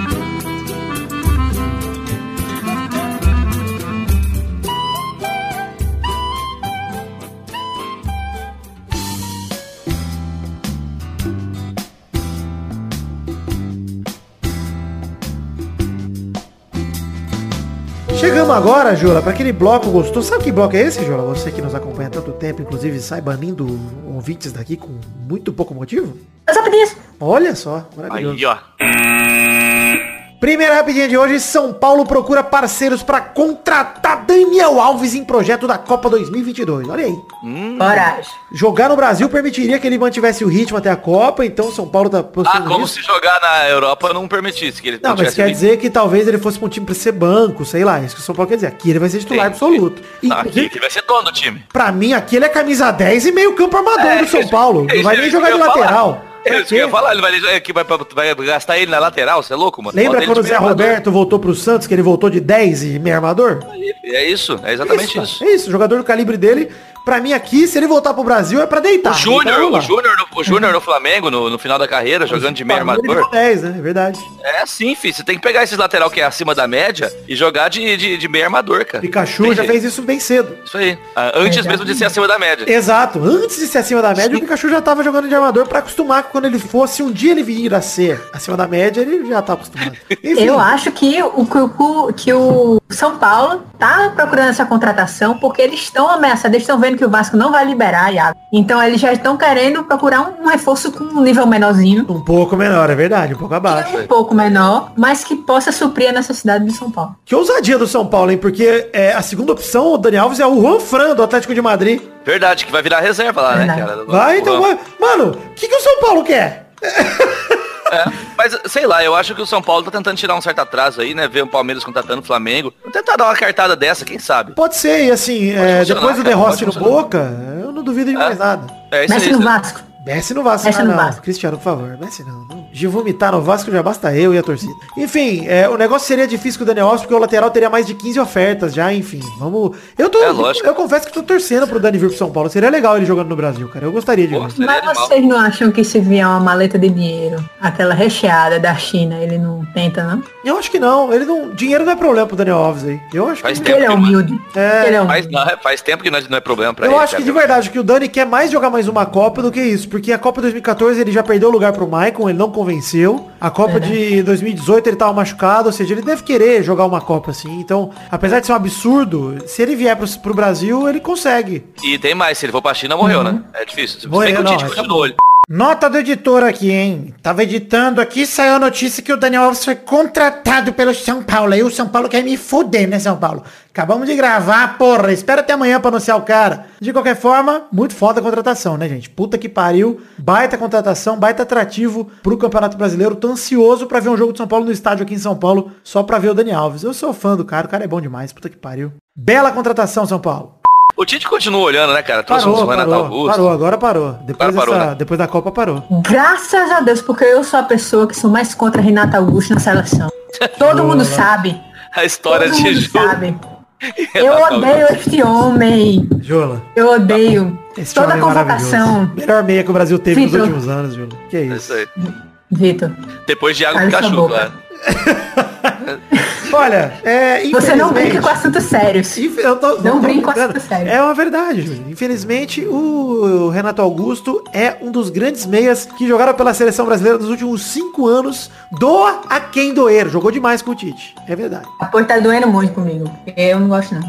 Chegamos agora, Jura, para aquele bloco gostoso. Sabe que bloco é esse, Jura? Você que nos acompanha há tanto tempo, inclusive sai banindo ouvintes daqui com muito pouco motivo? Eu só pedi isso. Olha só, maravilhoso. Aí, ó. Primeira rapidinha de hoje, São Paulo procura parceiros para contratar Daniel Alves em projeto da Copa 2022. Olha aí. Coragem. Jogar no Brasil permitiria que ele mantivesse o ritmo até a Copa, então São Paulo tá Ah, postando como se jogar na Europa não permitisse que ele Não, mas tivesse quer vindo. dizer que talvez ele fosse pra um time pra ser banco, sei lá, é isso que o São Paulo quer dizer. Aqui ele vai ser titular Sim, absoluto. E, Não, aqui Tá, que vai ser dono do time. Pra mim, aqui ele é camisa 10 e meio campo armador É, do São isso- Paulo. Não isso- vai nem isso jogar que de eu ia falar. lateral. É Pra isso que eu quê? ia falar, ele vai, ele- que vai, vai gastar ele na lateral, você é louco, mano? Bota Lembra ele quando o de Zé meio armador. Roberto voltou pro Santos, que ele voltou de 10 e meio armador? É isso, é exatamente isso. É isso, jogador do calibre dele. Pra mim aqui, se ele voltar pro Brasil, é pra deitar. O Então, Júnior, vamos lá. o Júnior, no- o Júnior no Flamengo, no, no final da carreira, jogando de meio Palmeiras armador. com 10, né? É verdade. É assim, filho. Você tem que pegar esses lateral que é acima da média e jogar de, de, de meio armador, cara. Pikachu É. Tem já jeito. fez É, isso bem cedo. Isso aí. Ah, antes mesmo de ser acima da média. Exato. Antes de ser acima da média, Sim. o Pikachu já tava jogando de armador pra acostumar que quando ele fosse, um dia ele vir a ser acima da média, ele já tá acostumado. Enfim, Eu acho que o, que o- que o São Paulo tá procurando essa contratação porque eles estão ameaçados, eles estão vendo que o Vasco não vai liberar Iago. Então eles já estão querendo procurar um, um reforço com um nível menorzinho, um pouco menor, é verdade, um pouco abaixo. um pouco menor, mas que possa suprir a necessidade do São Paulo. Que ousadia do São Paulo, hein? Porque é, a segunda opção, o Dani Alves, é o Juan Fran, do Atlético de Madrid. Verdade, que vai virar reserva lá, né, Verdade. cara? É. Vai, então Vamos. vai. Mano, o que, que o São Paulo quer? É, mas sei lá, eu acho que o São Paulo tá tentando tirar um certo atraso aí, né? Ver o Palmeiras contratando o Flamengo. Vou tentar dar uma cartada dessa, quem sabe? Pode ser, e assim, é, funcionar, depois do cara, derrote no pode funcionar. Boca, eu não duvido de mais nada. É Mexe no Vasco. Desce no Vasco, Desce ah, no não. Vasco. Cristiano, por favor, desce não. não. De vomitar no Vasco já basta eu e a torcida. Enfim, é, o negócio seria difícil com o Daniel Alves, porque o lateral teria mais de 15 ofertas já, enfim. Vamos. Eu tô. É, lógico. Eu confesso que tô torcendo pro Dani vir pro São Paulo. Seria legal ele jogando no Brasil, cara. Eu gostaria de ver. Pô, seria Mas animal. vocês não acham que se vier uma maleta de dinheiro, aquela recheada da China, ele não tenta, não? Eu acho que não. Ele não. Dinheiro não é problema pro Daniel Alves aí. Eu acho Faz que. Porque ele é que não é. humilde. É, Ele é humilde. Mas não, é- faz tempo que não é, não é problema pra Eu ele. acho que cara. de verdade que o Dani quer mais jogar mais uma Copa do que isso, porque a Copa 2014 ele já perdeu o lugar pro Maicon, ele não convenceu. A Copa de 2018 ele tava machucado, ou seja, ele deve querer jogar uma Copa assim. Então, apesar de ser um absurdo, se ele vier pro, pro Brasil, ele consegue. E tem mais, se ele for pra China, morreu, né? É difícil. Se Uhum. Morreu, bem que o não, Tite acabou. continua olho. Nota do editor aqui, hein? Tava editando aqui, saiu a notícia que o Daniel Alves foi contratado pelo São Paulo. Aí o São Paulo quer me fuder, né, São Paulo? Acabamos de gravar, porra. Espera até amanhã pra anunciar o cara. De qualquer forma, muito foda a contratação, né, gente? Puta que pariu. Baita contratação, baita atrativo pro Campeonato Brasileiro. Tô ansioso pra ver um jogo de São Paulo no estádio aqui em São Paulo, só pra ver o Dani Alves. Eu sou fã do cara, o cara é bom demais. Puta que pariu. Bela contratação, São Paulo. O Tite continua olhando, né, cara? Trouxe Parou, um Renato parou, Augusto. parou, agora parou. Depois, Agora parou, dessa- né? depois da Copa parou. Graças a Deus, porque eu sou a pessoa que sou mais contra Renata Augusto na seleção. Todo mundo sabe. A história Todo de mundo Ju. sabe. Renato Eu Augusto. odeio este homem. Jola. Eu odeio. Esse Toda a homem é maravilhoso. convocação. Melhor meia que o Brasil teve nos Vitor. últimos anos, Jola. Que É isso. isso aí. Vitor, Depois de água Cala do essa cachorro, boca. claro. Olha, é. você não brinca infelizmente- com assuntos sérios. Inf- eu tô- Não brinca tô com brincando. assunto sério. É uma verdade, Júlio. Infelizmente, o Renato Augusto é um dos grandes meias que jogaram pela seleção brasileira nos últimos cinco anos. Doa a quem doer. Jogou demais com o Tite. É verdade. Apoio tá doendo muito comigo. Eu não gosto, não.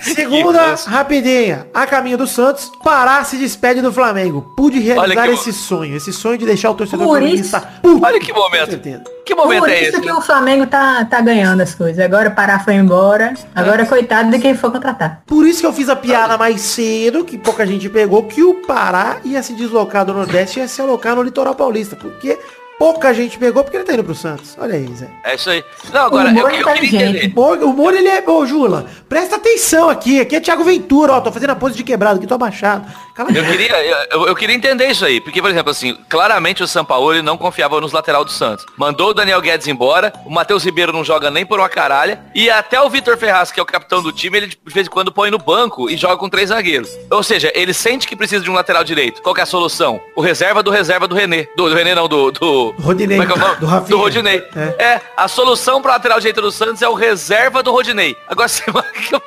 Segunda, gosto. rapidinha. A caminho do Santos, Pará se despede do Flamengo. Pude realizar que- esse sonho. Esse sonho de deixar o torcedor Por flamenguista isso- puto. Olha que Com momento. certeza. Que momento Por é isso esse? que o Flamengo tá, tá ganhando as coisas. Agora o Pará foi embora. Agora, coitado de quem for contratar. Por isso que eu fiz a piada mais cedo, que pouca gente pegou, que o Pará ia se deslocar do Nordeste e ia se alocar no litoral paulista. Porque pouca gente pegou, porque ele tá indo pro Santos. Olha aí, Zé. É isso aí. Não, agora, O eu, humor eu é queria inteligente. entender. Mor- O Moro, ele é... Ô, Jula, presta atenção aqui. Aqui é Thiago Ventura, ó. Tô fazendo a pose de quebrado aqui, tô abaixado. Cala a Eu boca. queria, eu, eu queria entender isso aí, porque, por exemplo, assim, claramente o Sampaoli não confiava nos lateral do Santos. Mandou o Daniel Guedes embora, o Matheus Ribeiro não joga nem por uma caralha, e até o Vitor Ferraz, que é o capitão do time, ele de vez em quando põe no banco e joga com três zagueiros. Ou seja, ele sente que precisa de um lateral direito. Qual que é a solução? O reserva do reserva do René. Do, do René não, do... do... Rodinei. Como é que é o nome? Do Rafinha. Rodinei. É. a solução pra lateral direito do Santos é o reserva do Rodinei. Agora, você imagina-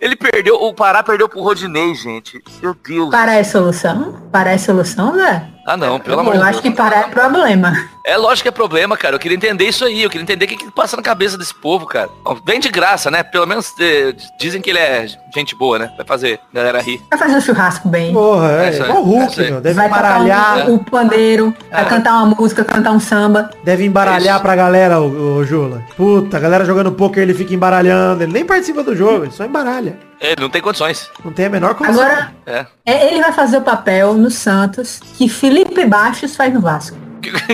ele perdeu, o Pará perdeu pro Rodinei, gente. Meu Deus. Pará é solução? Pará é solução, Zé? Ah não, pelo amor de Eu Deus. acho que Pará é problema. É lógico que é problema, cara. Eu queria entender isso aí. Eu queria entender o que, que passa na cabeça desse povo, cara. Bom, vem de graça, né? Pelo menos eh, dizem que ele é gente boa, né? Vai fazer a galera rir. Vai fazer um churrasco bem. Porra, é, É isso aí, igual o é Hulk, isso aí. meu. Deve vai embaralhar, tocar um- o pandeiro, vai É. cantar uma música, cantar um samba. deve É embaralhar isso. pra galera, o, Jula. Puta, a galera jogando poker, ele fica embaralhando. Ele nem participa do jogo, ele só embaralha. Ele não tem condições. Não tem a menor condição. Agora, É. é, ele vai fazer o papel no Santos que Felipe Baixos faz no Vasco.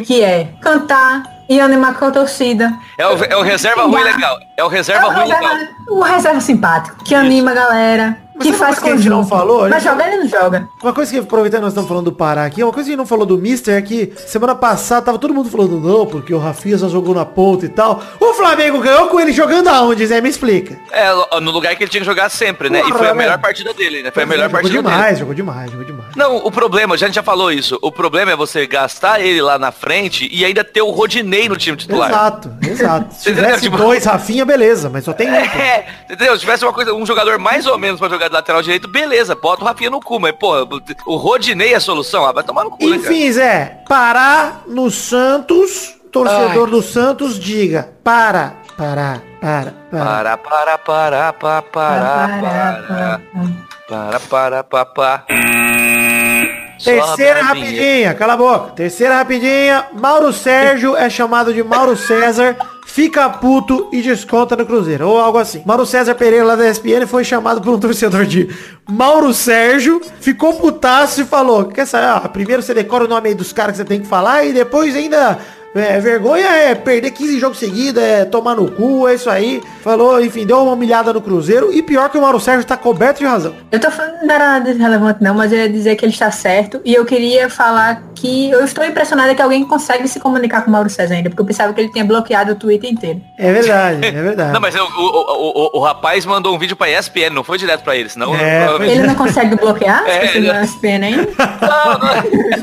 Que é cantar e animar com a torcida. É o, é o reserva ruim legal. É o reserva É um ruim legal. reserva- um reserva simpático, que anima a galera, Mas que sabe faz uma coisa que a gente não conjunto. falou? A Mas gente- jogar ele não joga. Uma coisa que, aproveitando nós estamos falando do Pará aqui, uma coisa que a gente não falou do Mister é que semana passada tava todo mundo falando, não, porque o Rafinha só jogou na ponta e tal. O Flamengo ganhou com ele jogando aonde, Zé? Me explica. É, lo- no lugar que ele tinha que jogar sempre, né? Porra, e foi a né? melhor partida dele, né? Foi a melhor jogou partida dele. demais, jogou demais, jogou demais. Não, o problema, a gente já falou isso. O problema é você gastar ele lá na frente e ainda ter o Rodinei no time titular. Exato, exato. Se Você tivesse entendeu? dois Rafinha, beleza, mas só tem um. pô. É, entendeu? Se tivesse uma coisa, um jogador mais ou menos pra jogar de lateral direito, beleza, bota o Rafinha no cu, mas, pô, o Rodinei é a solução, ah, vai tomar no cu, né, cara? Enfim, Zé, Pará no Santos, torcedor do Santos, diga, para, para, para, Para, para. para, para, para, para, para, para, para, para, para. Terceira Sobe a vinheta. rapidinha, cala a boca. Terceira rapidinha, Mauro Sérgio é chamado de Mauro César, fica puto e desconta no Cruzeiro. Ou algo assim. Mauro César Pereira, lá da ESPN, foi chamado por um torcedor de Mauro Sérgio, ficou putaço e falou, quer saber, ah, primeiro você decora o nome aí dos caras que você tem que falar e depois ainda... É, vergonha é perder 15 jogos seguidos, é tomar no cu, é isso aí. Falou, enfim, deu uma humilhada no Cruzeiro. E pior que o Mauro Sérgio tá coberto de razão. Eu tô falando que não era nada relevante não, mas eu ia dizer que ele está certo. E eu queria falar que eu estou impressionada que alguém consegue se comunicar com o Mauro César ainda, porque eu pensava que ele tinha bloqueado o Twitter inteiro. É verdade, é verdade. Não, mas o, o, o, o- o rapaz mandou um vídeo pra ESPN, não foi direto pra ele, senão... É, provavelmente- Ele não consegue bloquear Tipo, É, as pessoas ele- da ESPN ainda? Não, não-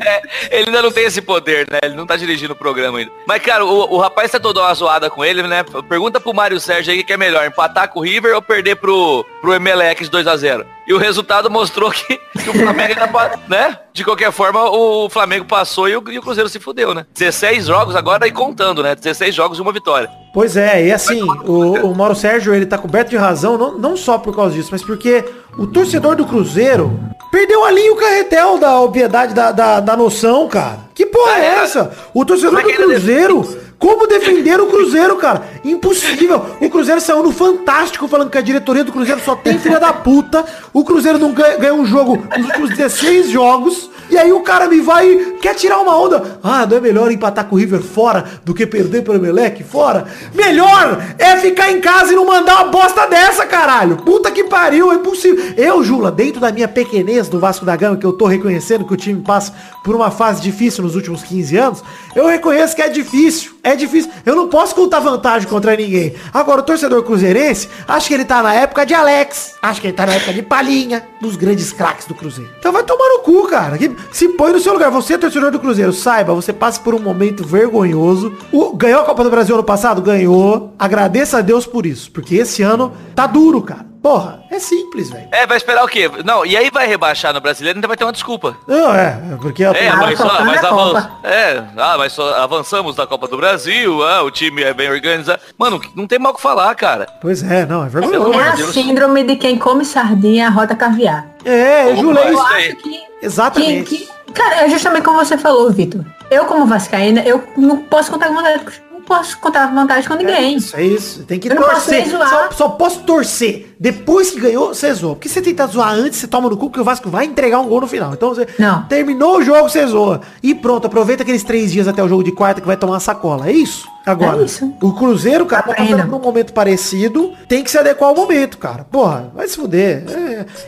é, ele ainda não tem esse poder, né? Ele não tá dirigindo o programa ainda. Mas, cara, o, o rapaz tá todo uma zoada com ele, né? Pergunta pro Mário Sérgio aí o que é melhor, empatar com o River ou perder pro, pro Emelec de 2x0. E o resultado mostrou que, que o Flamengo ainda pa- né? De qualquer forma, o Flamengo passou e o, e o Cruzeiro se fudeu, né? 16 jogos agora e contando, né? 16 jogos e uma vitória. Pois é, e assim, o, o Mauro Sérgio, ele tá coberto de razão, não, não só por causa disso, mas porque o torcedor do Cruzeiro perdeu ali o carretel da obviedade, da, da, da noção, cara. Que porra é essa? O torcedor Como do é que ele Cruzeiro, como defender o Cruzeiro, cara? Impossível. O Cruzeiro saiu no Fantástico falando que a diretoria do Cruzeiro só tem filha da puta. O Cruzeiro não ganha, ganha um jogo nos últimos 16 jogos. E aí o cara me vai e quer tirar uma onda. Ah, não é melhor empatar com o River fora do que perder pro Emelec fora? Melhor é ficar em casa e não mandar uma bosta dessa, caralho. Puta que pariu, é impossível. Eu, Jula, dentro da minha pequenez do Vasco da Gama, que eu tô reconhecendo que o time passa por uma fase difícil nos últimos 15 anos, eu reconheço que é difícil. É difícil. Eu não posso contar vantagem contra ninguém. Agora, o torcedor cruzeirense, acho que ele tá na época de Alex. Acho que ele tá na época de Palinha, dos grandes craques do Cruzeiro. Então vai tomar no cu, cara. Que- Se põe no seu lugar. Você, torcedor do Cruzeiro, saiba, você passa por um momento vergonhoso. O- ganhou a Copa do Brasil ano passado? Ganhou. Agradeça a Deus por isso. Porque esse ano tá duro, cara. Porra, é simples, velho. É, vai esperar o quê? Não, e aí vai rebaixar no brasileiro e ainda vai ter uma desculpa. Não, é, é porque a É, Ah, mas, só, faltando mas a avan- Copa. é, ah, mas só avançamos na Copa do Brasil, ah, o time é bem organizado. Mano, não tem mal o que falar, cara. Pois é, não, é Pelo vergonhoso. É amor a de Deus. síndrome de quem come sardinha rota caviar. É, Opa. Jula, é Eu isso. aí. acho que Exatamente. Que, que- cara, é justamente como você falou, Vitor. Eu, como vascaína, eu não posso contar vantagem, não posso contar vantagem com ninguém. Isso, é isso. Tem que Eu não posso torcer. nem zoar. Só, só posso torcer. Depois que ganhou, você zoa. Porque você tentar zoar antes, você toma no cu, porque o Vasco vai entregar um gol no final. Então você Não. terminou o jogo, você zoa. E pronto, aproveita aqueles três dias até o jogo de quarta que vai tomar a sacola. É isso? Agora, É isso. o Cruzeiro, cara, tá Aprenda. passando por um momento parecido, tem que se adequar ao momento, cara. Porra, vai se fuder.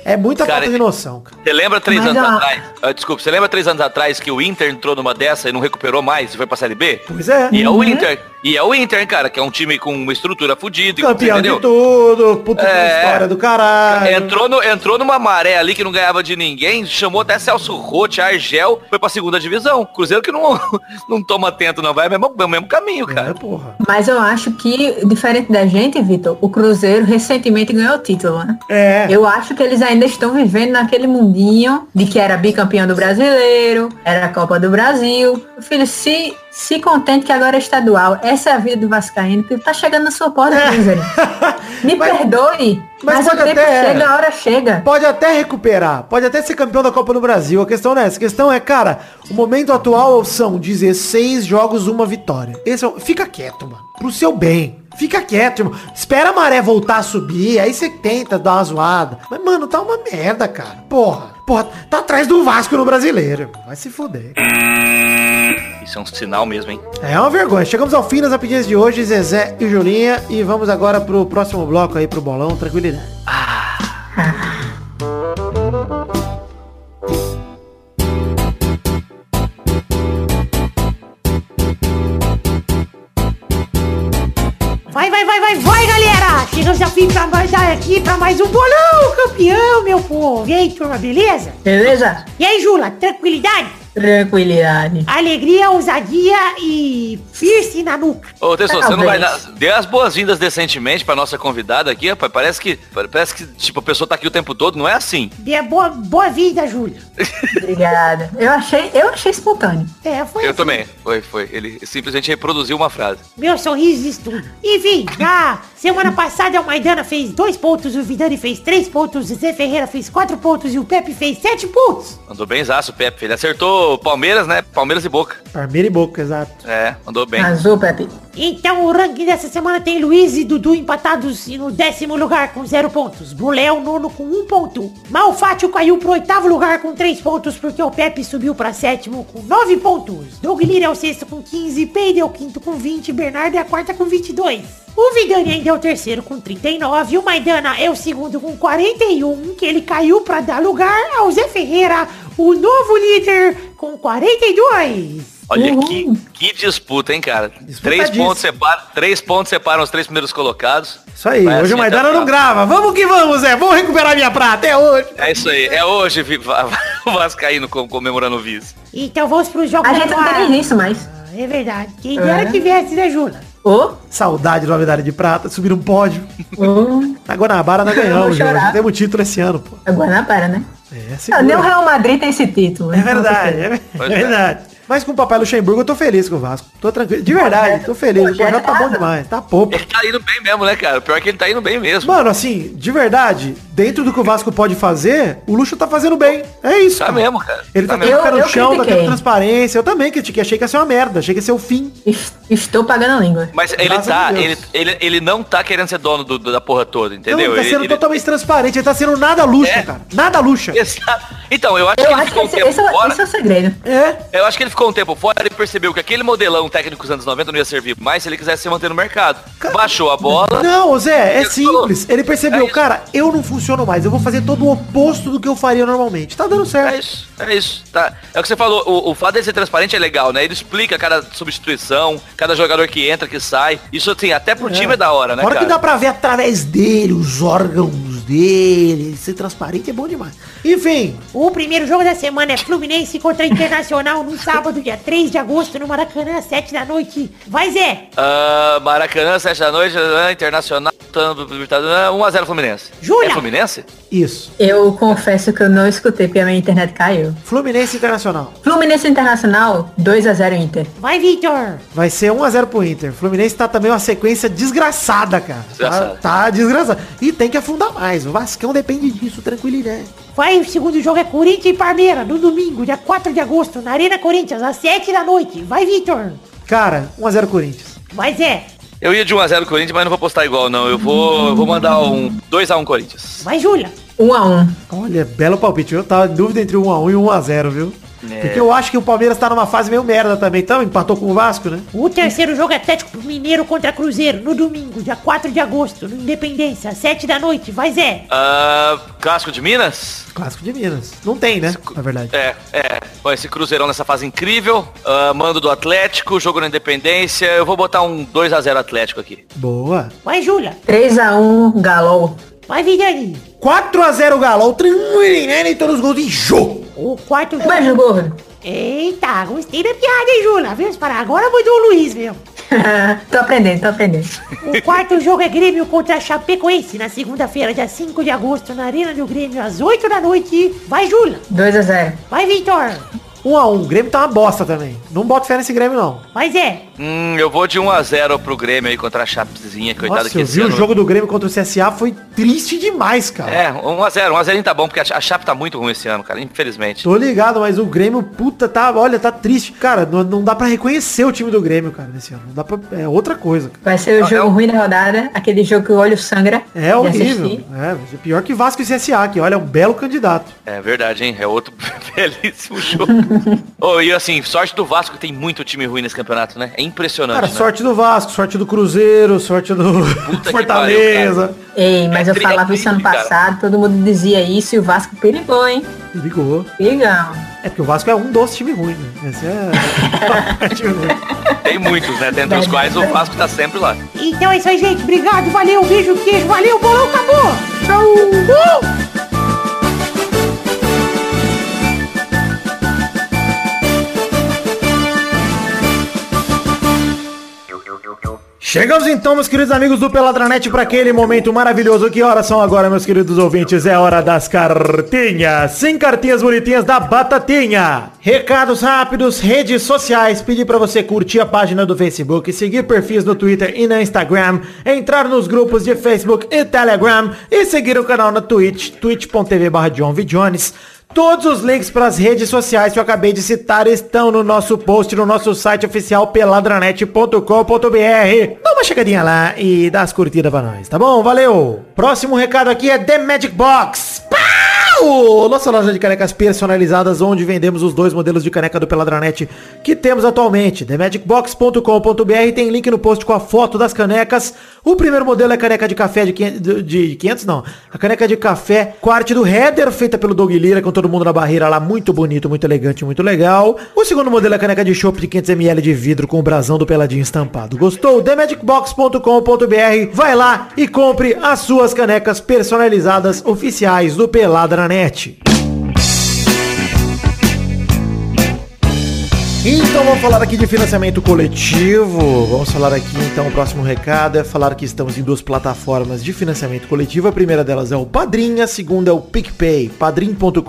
É, é muita Cara, falta de noção, cara. Você lembra três Mas, anos ó. atrás? Ah, desculpa, você lembra três anos atrás que o Inter entrou numa dessa e não recuperou mais e foi pra Série B? Pois é. E é o Inter. E é o Inter, cara, que é um time com uma estrutura fodida. Campeão entendeu? de tudo, puta É. história do caralho. Entrou, no, entrou numa maré ali que não ganhava de ninguém, chamou até Celso Roth, Argel, foi pra segunda divisão. Cruzeiro que não, não toma tento, não, vai é o mesmo, é o mesmo caminho, É, cara. porra. Mas eu acho que, diferente da gente, Vitor, o Cruzeiro recentemente ganhou o título, né? É. Eu acho que eles ainda estão vivendo naquele mundinho de que era bicampeão do brasileiro, era a Copa do Brasil. Filho, se, se contente que agora é estadual. Essa é a vida do Vascaíno, que tá chegando na sua porta, Cruzeiro. Me É. Mas- perdoe, mas mas, o pode tempo até- chega, a hora chega. Pode até recuperar, pode até ser campeão da Copa do Brasil. A questão não é essa. A questão é, cara, o momento atual são 16 jogos, uma vitória. Esse é o... Fica quieto, mano. Pro seu bem. Fica quieto, irmão. Espera a maré voltar a subir, aí você tenta dar uma zoada. Mas, mano, tá uma merda, cara. Porra. Porra, tá atrás do Vasco no brasileiro. irmão. Vai se fuder. Isso é um sinal mesmo, hein? É uma vergonha. Chegamos ao fim das rapidinhas de hoje, Zezé e Julinha. E vamos agora pro próximo bloco aí, pro bolão. Tranquilidade. Vai, vai, vai, vai, vai, galera! Chegamos ao fim pra mais aqui pra mais um bolão campeão, meu povo! E aí, turma, beleza? Beleza? E aí, Jula, tranquilidade, Tranquilidade. alegria, ousadia e piercing na nuca. Ô, Tessô, você não vai Talvez. dar. Dê as boas-vindas decentemente pra nossa convidada aqui, rapaz. Parece que. Parece que, tipo, a pessoa tá aqui o tempo todo, não é assim. Dê boa, boa vida, Júlia. Obrigada. Eu achei, eu achei espontâneo. É, foi Eu assim. também. Foi, foi. Ele simplesmente reproduziu uma frase. Meu sorriso diz tudo. Enfim, na semana passada o Maidana fez dois pontos, o Vidani fez três pontos, o Zé Ferreira fez quatro pontos e o Pepe fez sete pontos. Mandou bem zaço, Pepe. Ele acertou mandou Palmeiras, né? Palmeiras e Boca. Parmeira e Boca, exato. É, mandou bem. Azul, Pepe. Então o ranking dessa semana tem Luiz e Dudu empatados no décimo lugar com zero pontos. Brulé o nono com um ponto. Malfátio caiu pro oitavo lugar com três pontos porque o Pepe subiu pra sétimo com nove pontos. Doug Lira é o sexto com 15, Peide é o quinto com 20, Bernardo é a quarta com 22. O Vidani ainda é o terceiro com 39, o Maidana é o segundo com 41, que ele caiu pra dar lugar ao Zé Ferreira, o novo líder com 42. uhum. Olha que, que disputa, hein, cara? Três Disputadíssimo. pontos, separam, três pontos separam os três primeiros colocados. Isso aí, Vai hoje assim o Maidana até o não grava. Vamos que vamos, Zé. Vou recuperar minha prata, é hoje. É isso aí, é hoje vi- va- va- o Vascaíno com- comemorando o vice. Então vamos pros jogos A gente não agora. tem nem isso mais. Ah, É verdade. Quem É. dera que viesse, né, Juna? Ô, Saudade da medalha de prata, subir um pódio. ô, Na Guanabara nós ganhamos, Vou Júlio. chorar. Já temos título esse ano, pô. é Guanabara, né? É, Não, segura. nem o Real Madrid tem esse título. É verdade, é, Pois é é. verdade. Mas com o papai Luxemburgo eu tô feliz com o Vasco. Tô tranquilo. De verdade, tô feliz. O projeto tá bom demais, tá pouco. Ele tá indo bem mesmo, né, cara? Pior que ele tá indo bem mesmo. Mano, assim, de verdade, dentro do que o Vasco pode fazer, o Luxo tá fazendo bem. É isso. Tá cara. mesmo, cara. Ele tá Tá tendo mesmo. pé Eu- no eu chão, tá tendo critiquei. transparência. Eu também critiquei. Achei que ia ser uma merda. Achei que ia ser o fim. Es- Estou pagando a língua. Mas ele Graças a tá, Deus. ele, ele, ele não tá querendo ser dono do- do- da porra toda, Então, entendeu? ele tá Ele- sendo ele- totalmente transparente. Ele tá sendo nada luxo, É. cara. Nada luxo. Exato. Então, eu acho que Eu ele acho que ficou um esse, tempo esse é, o- fora. esse é o segredo. É. Eu acho que ele ficou um tempo fora e percebeu que aquele modelão técnico dos anos 90 não ia servir mais se ele quisesse se manter no mercado. Baixou a bola. Não, Zé, é Ele falou. simples. Ele percebeu, É isso. cara, eu não funciono mais. Eu vou fazer todo o oposto do que eu faria normalmente. Tá dando certo. É isso, é isso. Tá. É o que você falou, o, o fato dele ser transparente é legal, né? Ele explica cada substituição, cada jogador que entra, que sai. Isso, assim, até pro time é da hora, né, Fora cara? que dá pra ver através dele, os órgãos dele, ser transparente é bom demais. Enfim, O primeiro jogo da semana é Fluminense contra Internacional no sábado, dia 3 de agosto, no Maracanã, às 7 da noite. Vai, Zé! Ah, Maracanã, 7 da noite, ah, Internacional, tanto, ah, 1x0 Fluminense. Júlia! É Fluminense? isso. Eu confesso que eu não escutei porque a minha internet caiu. Fluminense Internacional. Fluminense Internacional, 2x0 Inter. Vai, Victor! Vai ser 1x0 pro Inter. Fluminense tá também uma sequência desgraçada, cara. Tá, Desgraçada. tá desgraçado. E tem que afundar mais. O Vascão depende disso, tranquilidade. Vai, o segundo jogo é Corinthians e Palmeiras, no domingo, dia 4 de agosto, na Arena Corinthians, às 7 da noite. Vai, Victor! Cara, 1x0 Corinthians. Vai, Zé! Eu ia de 1x0 Corinthians, mas não vou postar igual, não. Eu vou, eu vou mandar um 2x1 Corinthians. Vai, Júlia! 1x1. Olha, belo palpite. Eu tava em dúvida entre 1x1 e 1x0, viu? É. Porque eu acho que o Palmeiras tá numa fase meio merda também. Então, empatou com o Vasco, né? O terceiro jogo é Atlético Mineiro contra Cruzeiro, no domingo, dia 4 de agosto, no Independência, às 7 da noite. Vai, Zé! Ah, clássico de Minas? Clássico de Minas. Não tem, né? Na verdade. É, é. Bom, esse Cruzeirão nessa fase incrível. Ah, mando do Atlético, jogo na Independência. Eu vou botar um 2x0 Atlético aqui. Boa. Vai, Júlia! 3x1 Galol. Vai, Vidani! 4x0 Galo, né? Tringuirinene e todos os gols em jogo. O quarto jogo... Beijo, gordo. Eita, gostei da piada, hein, Júlia? Viu? Para agora mudou o um Luiz, meu. tô aprendendo, tô aprendendo. O quarto jogo é Grêmio contra Chapecoense, na segunda-feira, dia 5 de agosto, na Arena do Grêmio, às 8 da noite. Vai, Júlia. 2x0. Vai, Vitor. 1x1, o Grêmio tá uma bosta também. Não bota fé nesse Grêmio, não. Vai, Zé. Hum, eu vou de 1x0 pro Grêmio aí contra a Chapezinha, coitado Nossa, que eu esse vi o ano- jogo do Grêmio contra o CSA, foi triste demais, cara. É, 1x0, 1x0 tá bom, porque a Chape tá muito ruim esse ano, cara, infelizmente. Tô ligado, mas o Grêmio, puta, tá, olha, tá triste. Cara, não, não dá pra reconhecer o time do Grêmio, cara, nesse ano. Não dá pra, é outra coisa, cara. Vai ser o Não, jogo é o- ruim da rodada, aquele jogo que o olho sangra. de É horrível. assistir. É, mas é pior que Vasco e CSA, que olha, é um belo candidato. É verdade, hein? É outro belíssimo jogo. oh, e assim, sorte do Vasco que tem muito time ruim nesse campeonato, né? É impressionante, Cara, né? sorte do Vasco, sorte do Cruzeiro, sorte do que Fortaleza. pariu, Ei, mas É eu tri- falava é isso ano triste, cara. passado, todo mundo dizia isso e o Vasco perigou, hein? Ligou. Perigão. É porque o Vasco é um dos times ruins, né? Esse é. time ruim. Tem muitos, né? Dentre os quais o Vasco tá sempre lá. Então é isso aí, gente. Obrigado, valeu, beijo, queijo, valeu, bolão, acabou. Tchau. Uh! Chegamos então, meus queridos amigos do Peladranet, para aquele momento maravilhoso. Que horas são agora, meus queridos ouvintes? É hora das cartinhas. Sim, cartinhas bonitinhas da Batatinha. Recados rápidos, redes sociais. Pedir para você curtir a página do Facebook, seguir perfis no Twitter e no Instagram, entrar nos grupos de Facebook e Telegram e seguir o canal na Twitch, twitch.tv barra John V. Jones. Todos os links para as redes sociais que eu acabei de citar estão no nosso post, no nosso site oficial peladranet.com.br. Dá uma chegadinha lá e dá as curtidas pra nós, tá bom? Valeu! Próximo recado aqui é The Magic Box. Pau! Nossa loja de canecas personalizadas onde vendemos os dois modelos de caneca do Peladranet que temos atualmente. TheMagicBox.com.br tem link no post com a foto das canecas. O primeiro modelo é a caneca de café de 500, de 500 não. A caneca de café com a arte do header feita pelo Doug Lira com todo mundo na barreira lá, muito bonito, muito elegante, muito legal. O segundo modelo é a caneca de chopp de 500ml de vidro com o brasão do Peladinho estampado. Gostou? TheMagicBox.com.br. Vai lá e compre as suas canecas personalizadas oficiais do Pelada na Net. Então vamos falar aqui de financiamento coletivo. Vamos falar aqui então, o próximo recado é falar que estamos em duas plataformas de financiamento coletivo. A primeira delas é o Padrim, a segunda é o PicPay, padrim.com.br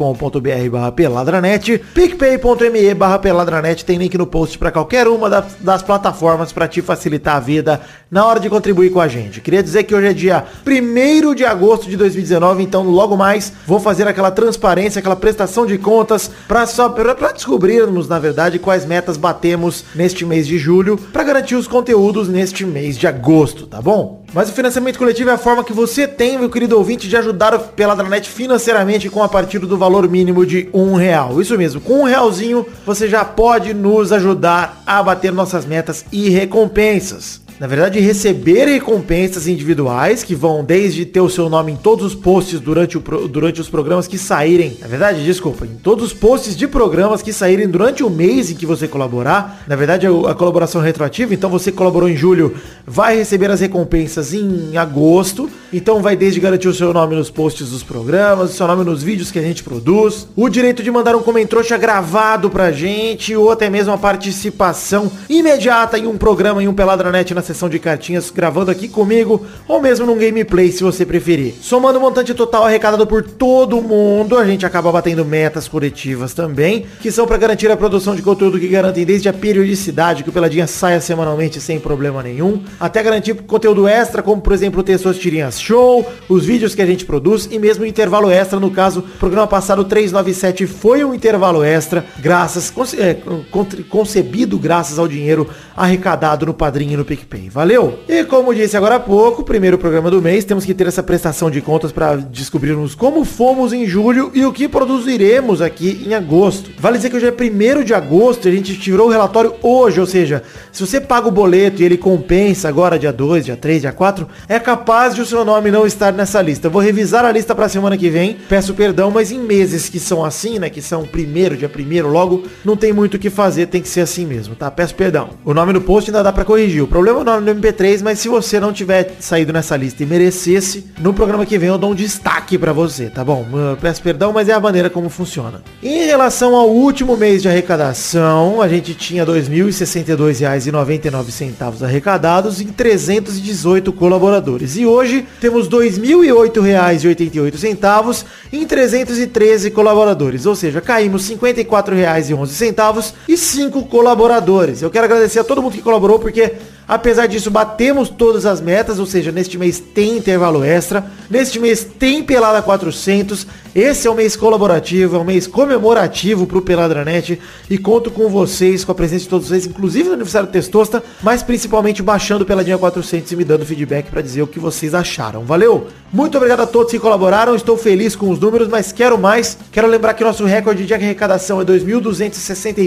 barra peladranet, picpay.me barra peladranet, tem link no post para qualquer uma da- das, plataformas para te facilitar a vida na hora de contribuir com a gente. Queria dizer que hoje é dia 1 de agosto de 2019, então logo mais vou fazer aquela transparência, aquela prestação de contas para só para descobrirmos, na verdade, quais metas batemos neste mês de julho para garantir os conteúdos neste mês de agosto, tá bom? Mas o financiamento coletivo é a forma que você tem, meu querido ouvinte, de ajudar o Peladranet financeiramente com a partir do valor mínimo de um real. Isso mesmo, com um realzinho você já pode nos ajudar a bater nossas metas e recompensas. Na verdade, receber recompensas individuais que vão desde ter o seu nome em todos os posts durante, o pro- durante os programas que saírem. Na verdade, desculpa, em todos os posts de programas que saírem durante o mês em que você colaborar. Na verdade, é o- a colaboração retroativa, então você colaborou em julho, vai receber as recompensas em agosto. Então vai desde garantir o seu nome nos posts dos programas, o seu nome nos vídeos que a gente produz, o direito de mandar um comentrouxa gravado pra gente, ou até mesmo a participação imediata em um programa, em um Peladranet na sessão de cartinhas, gravando aqui comigo, ou mesmo num gameplay, se você preferir. Somando o montante total arrecadado por todo mundo, a gente acaba batendo metas coletivas também, que são pra garantir a produção de conteúdo que garantem desde a periodicidade, que o Peladinha saia semanalmente sem problema nenhum, até garantir conteúdo extra, como por exemplo ter suas tirinhas show, os vídeos que a gente produz e mesmo o intervalo extra, no caso, o programa passado 397 foi um intervalo extra, graças, conce- é, contra- concebido graças ao dinheiro arrecadado no Padrinho e no PicPay. Valeu? E como disse agora há pouco, primeiro programa do mês, temos que ter essa prestação de contas para descobrirmos como fomos em julho e o que produziremos aqui em agosto. Vale dizer que hoje é 1 de agosto e a gente tirou o relatório hoje, ou seja, se você paga o boleto e ele compensa agora dia 2, dia 3, dia 4, é capaz de o seu nome não estar nessa lista. Eu vou revisar a lista pra semana que vem. Peço perdão, mas em meses que são assim, né, que são primeiro, dia primeiro, logo, não tem muito o que fazer, tem que ser assim mesmo, tá? Peço perdão. O nome no post ainda dá pra corrigir. O problema é o nome no MP3, mas se você não tiver saído nessa lista e merecesse, no programa que vem eu dou um destaque pra você, tá bom? Eu peço perdão, mas é a maneira como funciona. Em relação ao último mês de arrecadação, a gente tinha R$ 2.062,99 arrecadados em 318 colaboradores. E hoje temos R$ 2.008,88 em 313 colaboradores. Ou seja, caímos R$ 54,11 e 5 colaboradores. Eu quero agradecer a todo mundo que colaborou porque Apesar disso, batemos todas as metas, ou seja, neste mês tem intervalo extra, neste mês tem Pelada 400, esse é um mês colaborativo, é um mês comemorativo pro Peladranet e conto com vocês, com a presença de todos vocês, inclusive no aniversário do Testosta, mas principalmente baixando Peladinha 400 e me dando feedback pra dizer o que vocês acharam, valeu? Muito obrigado a todos que colaboraram, estou feliz com os números, mas quero mais, quero lembrar que nosso recorde de arrecadação é R$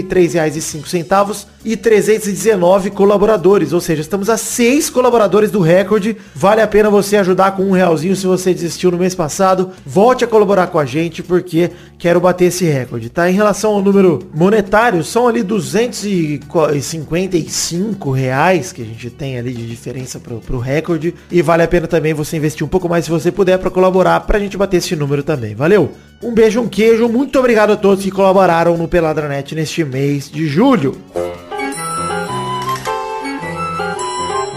2.263,05 e 319 colaboradores, ou seja, estamos a 6 colaboradores do recorde. Vale a pena você ajudar com um realzinho se você desistiu no mês passado. Volte a colaborar com a gente porque quero bater esse recorde, tá? Em relação ao número monetário, são ali 255 reais que a gente tem ali de diferença pro, pro recorde e vale a pena também você investir um pouco mais se você puder para colaborar pra gente bater esse número também, valeu? Um beijo, um queijo, muito obrigado a todos que colaboraram no Peladranet neste mês de julho.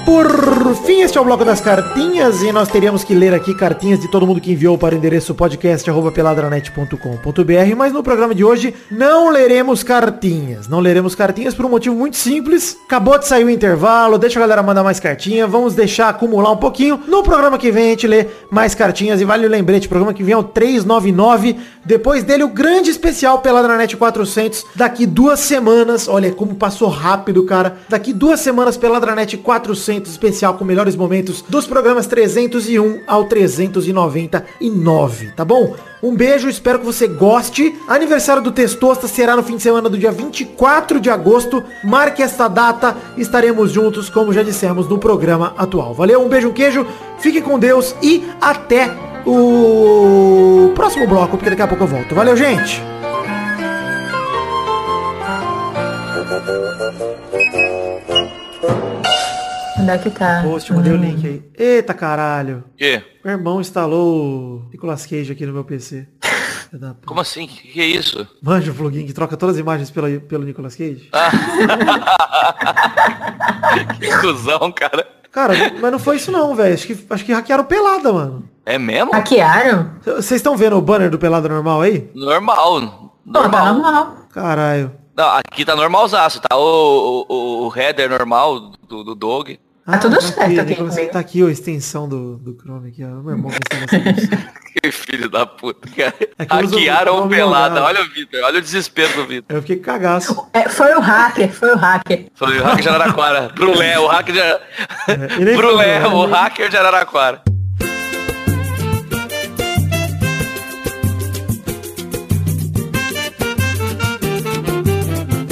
Por fim, este é o bloco das cartinhas e nós teríamos que ler aqui cartinhas de todo mundo que enviou para o endereço podcast@peladranet.com.br, mas no programa de hoje não leremos cartinhas. Não leremos cartinhas por um motivo muito simples. Acabou de sair o intervalo, deixa a galera mandar mais cartinha, vamos deixar acumular um pouquinho. No programa que vem a gente lê mais cartinhas e vale o lembrete, o programa que vem é o 399. Depois dele o grande especial Peladranet 400 daqui duas semanas. Olha como passou rápido, cara. Daqui duas semanas Peladranet 400 especial com melhores momentos dos programas 301 ao 399, tá bom? Um beijo, espero que você goste. Aniversário do Testosta será no fim de semana do dia 24 de agosto. Marque esta data, estaremos juntos, como já dissemos, no programa atual. Valeu, um beijo, um queijo, fique com Deus e até o próximo bloco, porque daqui a pouco eu volto. Valeu, gente! Onde é que tá? Post, mandei o link aí. Eita caralho! Que? Meu irmão instalou o Nicolas Cage aqui no meu PC. Filha da puta. Como assim? Que, que é isso? Manja o plugin que troca todas as imagens pela, pelo Nicolas Cage? Que cuzão, cara. Cara, mas não foi isso não, velho. Acho que, acho que hackearam o pelada, mano. É mesmo? Hackearam? C- Vocês estão vendo o banner do pelada normal aí? Normal. Pô, tá Normal. normal. Caralho. Não, aqui tá normalzaço, tá o, o, o header normal do, do Dog. Tá tudo certo aqui Nicolas, comigo. Ah, Tá aqui ó, a extensão do, do Chrome aqui, ó. Meu irmão fez isso. Que filho da puta, cara. É que eu uso Hackearam o o nome pelada. errado. Olha o Vitor, olha o desespero do Vitor. Eu fiquei com cagaço. É, foi o hacker, foi o hacker. Falei, o hacker de Araraquara. Brulé, o hacker de Ara- É, e nem Brulé, falou, o né? hacker de Araraquara.